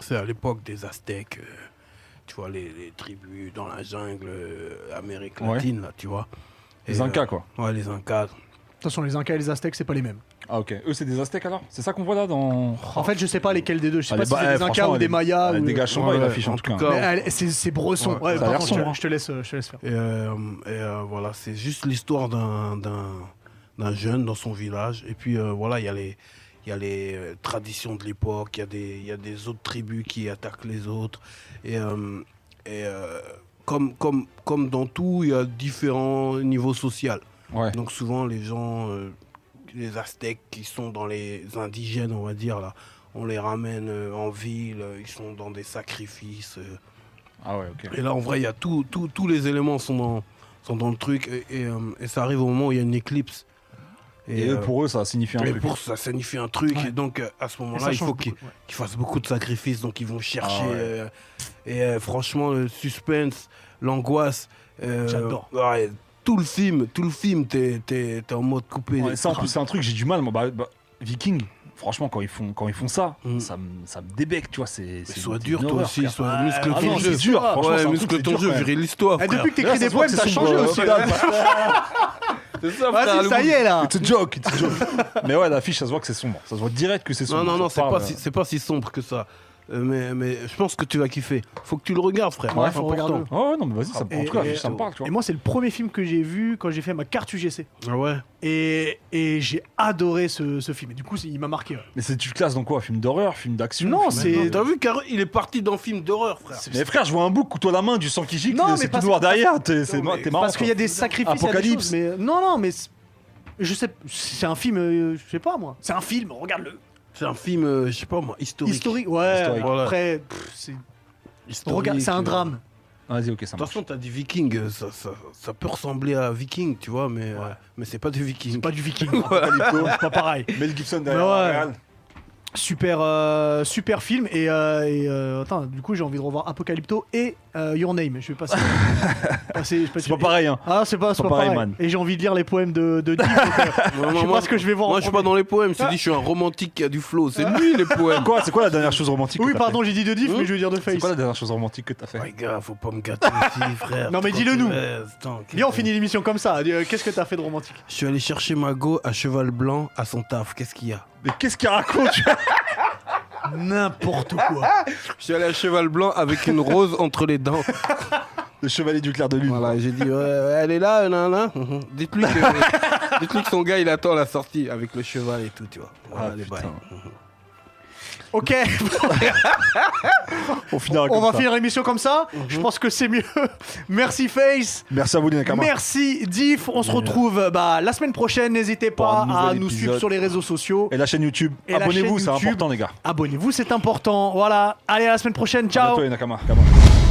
C: c'est à l'époque des Aztèques. euh, tu vois, les, les tribus dans la jungle euh, Amérique
B: Ouais.
C: latine, là, tu vois.
B: Les
C: Et,
B: Incas, quoi.
C: euh, ouais, les Incas.
A: De toute façon, les Incas et les Aztèques, c'est pas les mêmes.
B: Ah ok. Eux c'est des Aztèques alors C'est ça qu'on voit là dans.
A: En fait, Oh, je sais pas lesquels des deux. Je sais
B: Oh.
A: pas
B: Ah, les
A: si
B: ba-
A: c'est
B: eh,
A: des Incas
B: franchement,
A: ou
B: elle
A: des
B: est-
A: Mayas.
B: Elle
A: ou- euh,
B: dégage son bras,
C: Ouais,
B: il affiche en tout cas.
A: Mais elle- c'est c'est bresson.
C: Ouais,
A: Ouais,
B: ça a
A: par
B: l'air
A: contre,
B: sombre, hein.
A: je, je te laisse, je te laisse faire.
C: Et, euh, et, euh, voilà, c'est juste l'histoire d'un, d'un, d'un jeune dans son village. Et puis euh, voilà, il y a les, il y a les euh, traditions de l'époque, il y, a des- il y a des autres tribus qui attaquent les autres. Et, euh, et, euh, comme, comme, comme dans tout, il y a différents niveaux sociaux.
B: Ouais.
C: Donc souvent, les gens, euh, les Aztèques qui sont dans les indigènes, on va dire, là, on les ramène euh, en ville, euh, ils sont dans des sacrifices. euh,
B: Ah ouais, ok.
C: et là, en vrai, il y a tout, tout- tous les éléments sont dans, sont dans le truc. Et, et, euh, et ça arrive au moment où il y a une éclipse.
B: Et, eux,
C: euh,
B: pour eux ça signifie un
C: et
B: truc.
C: pour ça signifie un truc.
A: Ouais.
C: Et donc, euh, à ce
A: Et
C: moment-là,
A: ça
C: il
A: change
C: faut qu'ils
A: beaucoup, ouais. Eh,
C: qu'ils fassent beaucoup de sacrifices. Donc, ils vont chercher.
B: Ah ouais.
C: euh, et euh, franchement, le suspense, l'angoisse. euh,
A: J'adore.
C: ouais, tout le film, tout le film, t'es t'es- t'es en mode coupé.
B: Ouais, ça en plus c'est un truc j'ai du mal. Moi, bah, bah, Viking. Franchement quand ils font quand ils font ça,
C: Mm.
B: ça, me- ça me débecque, tu vois. C'est.
C: Mais
B: c'est-
C: sois
B: c'est
C: dur,
B: une
C: toi
B: horreur,
C: aussi.
B: frère.
C: Sois
A: Ah,
C: muscle
B: Ah
C: ton
B: non,
C: jeu.
B: c'est dur. Franchement,
C: Ouais,
B: c'est un truc,
C: muscle
B: c'est
C: ton
B: dur,
C: jeu,
B: quand même.
C: virile l'histoire.
A: Eh,
C: frère.
A: depuis que
B: Là,
A: t'écris des
B: ça se voit
A: poèmes,
B: que
A: ça
B: c'est
A: a
B: sombre,
A: changé aussi.
B: ouais,
A: quand
B: ouais,
A: même. *laughs*
C: C'est ça, frère,
A: Vas-y,
C: le
A: ça y est là.
B: It's a joke, it's a joke. Mais ouais, l'affiche, ça se voit que c'est sombre. Ça se voit direct que c'est sombre.
C: Non, non, non,
B: Ça euh,
C: c'est
B: parle,
C: pas, si, c'est pas si sombre que ça. Euh, mais, mais je pense que tu vas kiffer. Faut que tu le regardes, frère.
A: Ouais,
C: C'est
A: faut
C: important.
A: regarder.
B: euh. Oh ouais, non, mais vas-y, ça, en
A: Et-
B: tout cas,
A: et-
B: ça me parle, tu
A: Et
B: vois.
A: moi, c'est le premier film que j'ai vu quand j'ai fait ma carte UGC.
C: Ah ouais.
A: Et, et j'ai adoré ce, ce film. Et du coup, c'est- il m'a marqué. ouais.
B: Mais c'est tu le classes dans quoi Film d'horreur, film d'action
A: Non,
B: film-
A: c'est-
C: Non, T'as vu, Caro, il est parti d'un film d'horreur, frère.
B: Mais frère, je vois un bouc, couteau à la main, du sang qui gicle,
A: Non, mais
B: c'est tout
A: parce
B: noir
A: que-
B: derrière, t'es c'est
C: Non,
B: noir-
C: mais-
B: t'es marrant.
A: Parce qu'il y a des sacrifices. il y a des
B: Apocalypse.
A: choses, mais non, non, mais c'est- je sais, c'est un film. euh, je sais pas moi. C'est un film. Regarde-le.
C: C'est un film, euh, je sais pas moi, historique.
A: Historique. Ouais.
B: Historique.
A: euh, Après, pff, c'est
C: Historique,
A: regarde, c'est
C: euh.
A: un drame.
B: quoi. Vas-y, ok, ça
C: De toute
B: marche.
C: façon, t'as dit viking, euh, ça, ça, ça peut ressembler à viking, tu vois, mais, euh, mais c'est pas du viking.
A: Pas du Viking. C'est pas pareil.
B: Mel Gibson
A: Mais ouais.
B: derrière. Real.
A: Super, euh, super film. Et, euh, et, euh, attends, du coup, j'ai envie de revoir Apocalypto et euh, Your Name. Je vais passer. passer- je sais
B: C'est
A: si-
B: pas pareil, hein.
A: Ah, c'est pas, c'est pas pareil.
B: man.
A: Et j'ai envie de lire les poèmes de, de Dick, donc, euh,
C: *laughs* Moi,
A: je sais
C: moi,
A: pas ce que je vais voir.
C: moi,
A: en
C: je suis
A: premier.
C: pas dans les poèmes, je te dis, je suis un romantique qui a du flow. C'est lui, les poèmes.
B: Quoi C'est quoi la dernière chose romantique
A: Oui,
B: que t'as
A: pardon, j'ai dit de diff,
C: Hmm
A: mais je veux dire de
B: fait C'est
A: face.
B: quoi la dernière chose romantique que t'as fait
C: Ouais, gars, faut pas me gâter aussi, *laughs* frère.
A: Non, mais dis-le nous.
C: Attends,
A: Viens, on finit l'émission comme ça. Dis, euh, Qu'est-ce que t'as fait de romantique
C: Je suis allé chercher ma go à cheval blanc à son taf. Qu'est-ce qu'il y a
B: Mais qu'est-ce qu'il raconte tu vois
A: N'importe quoi.
C: Je suis allé à cheval blanc avec une rose entre les dents.
B: Le chevalier du clair de lune.
C: Voilà, j'ai dit, ouais, ouais, elle est là, nan, nan. Mhm. Dites-lui *laughs* que, dites-lui que son gars, il attend la sortie avec le cheval et tout, tu vois. Voilà,
B: Ah,
C: les
B: putain.
C: bails.
A: *laughs* Ok,
B: On finira
A: on
B: comme
A: va
B: ça.
A: finir l'émission comme ça. Je pense que c'est mieux. *laughs* Merci Face.
B: Merci à vous, les Nakama.
A: Merci Diff. On se retrouve euh, bah, la semaine prochaine. N'hésitez
B: Pour un
A: pas à
B: nouvel
A: nous
B: épisode.
A: suivre sur les réseaux sociaux.
B: Et la chaîne YouTube.
A: Et la
B: Abonnez-vous,
A: chaîne
B: c'est
A: YouTube.
B: important, les gars.
A: Abonnez-vous, c'est important. Voilà. Allez, à la semaine prochaine.
B: À
A: Ciao.
B: bientôt, les Nakama. Nakama.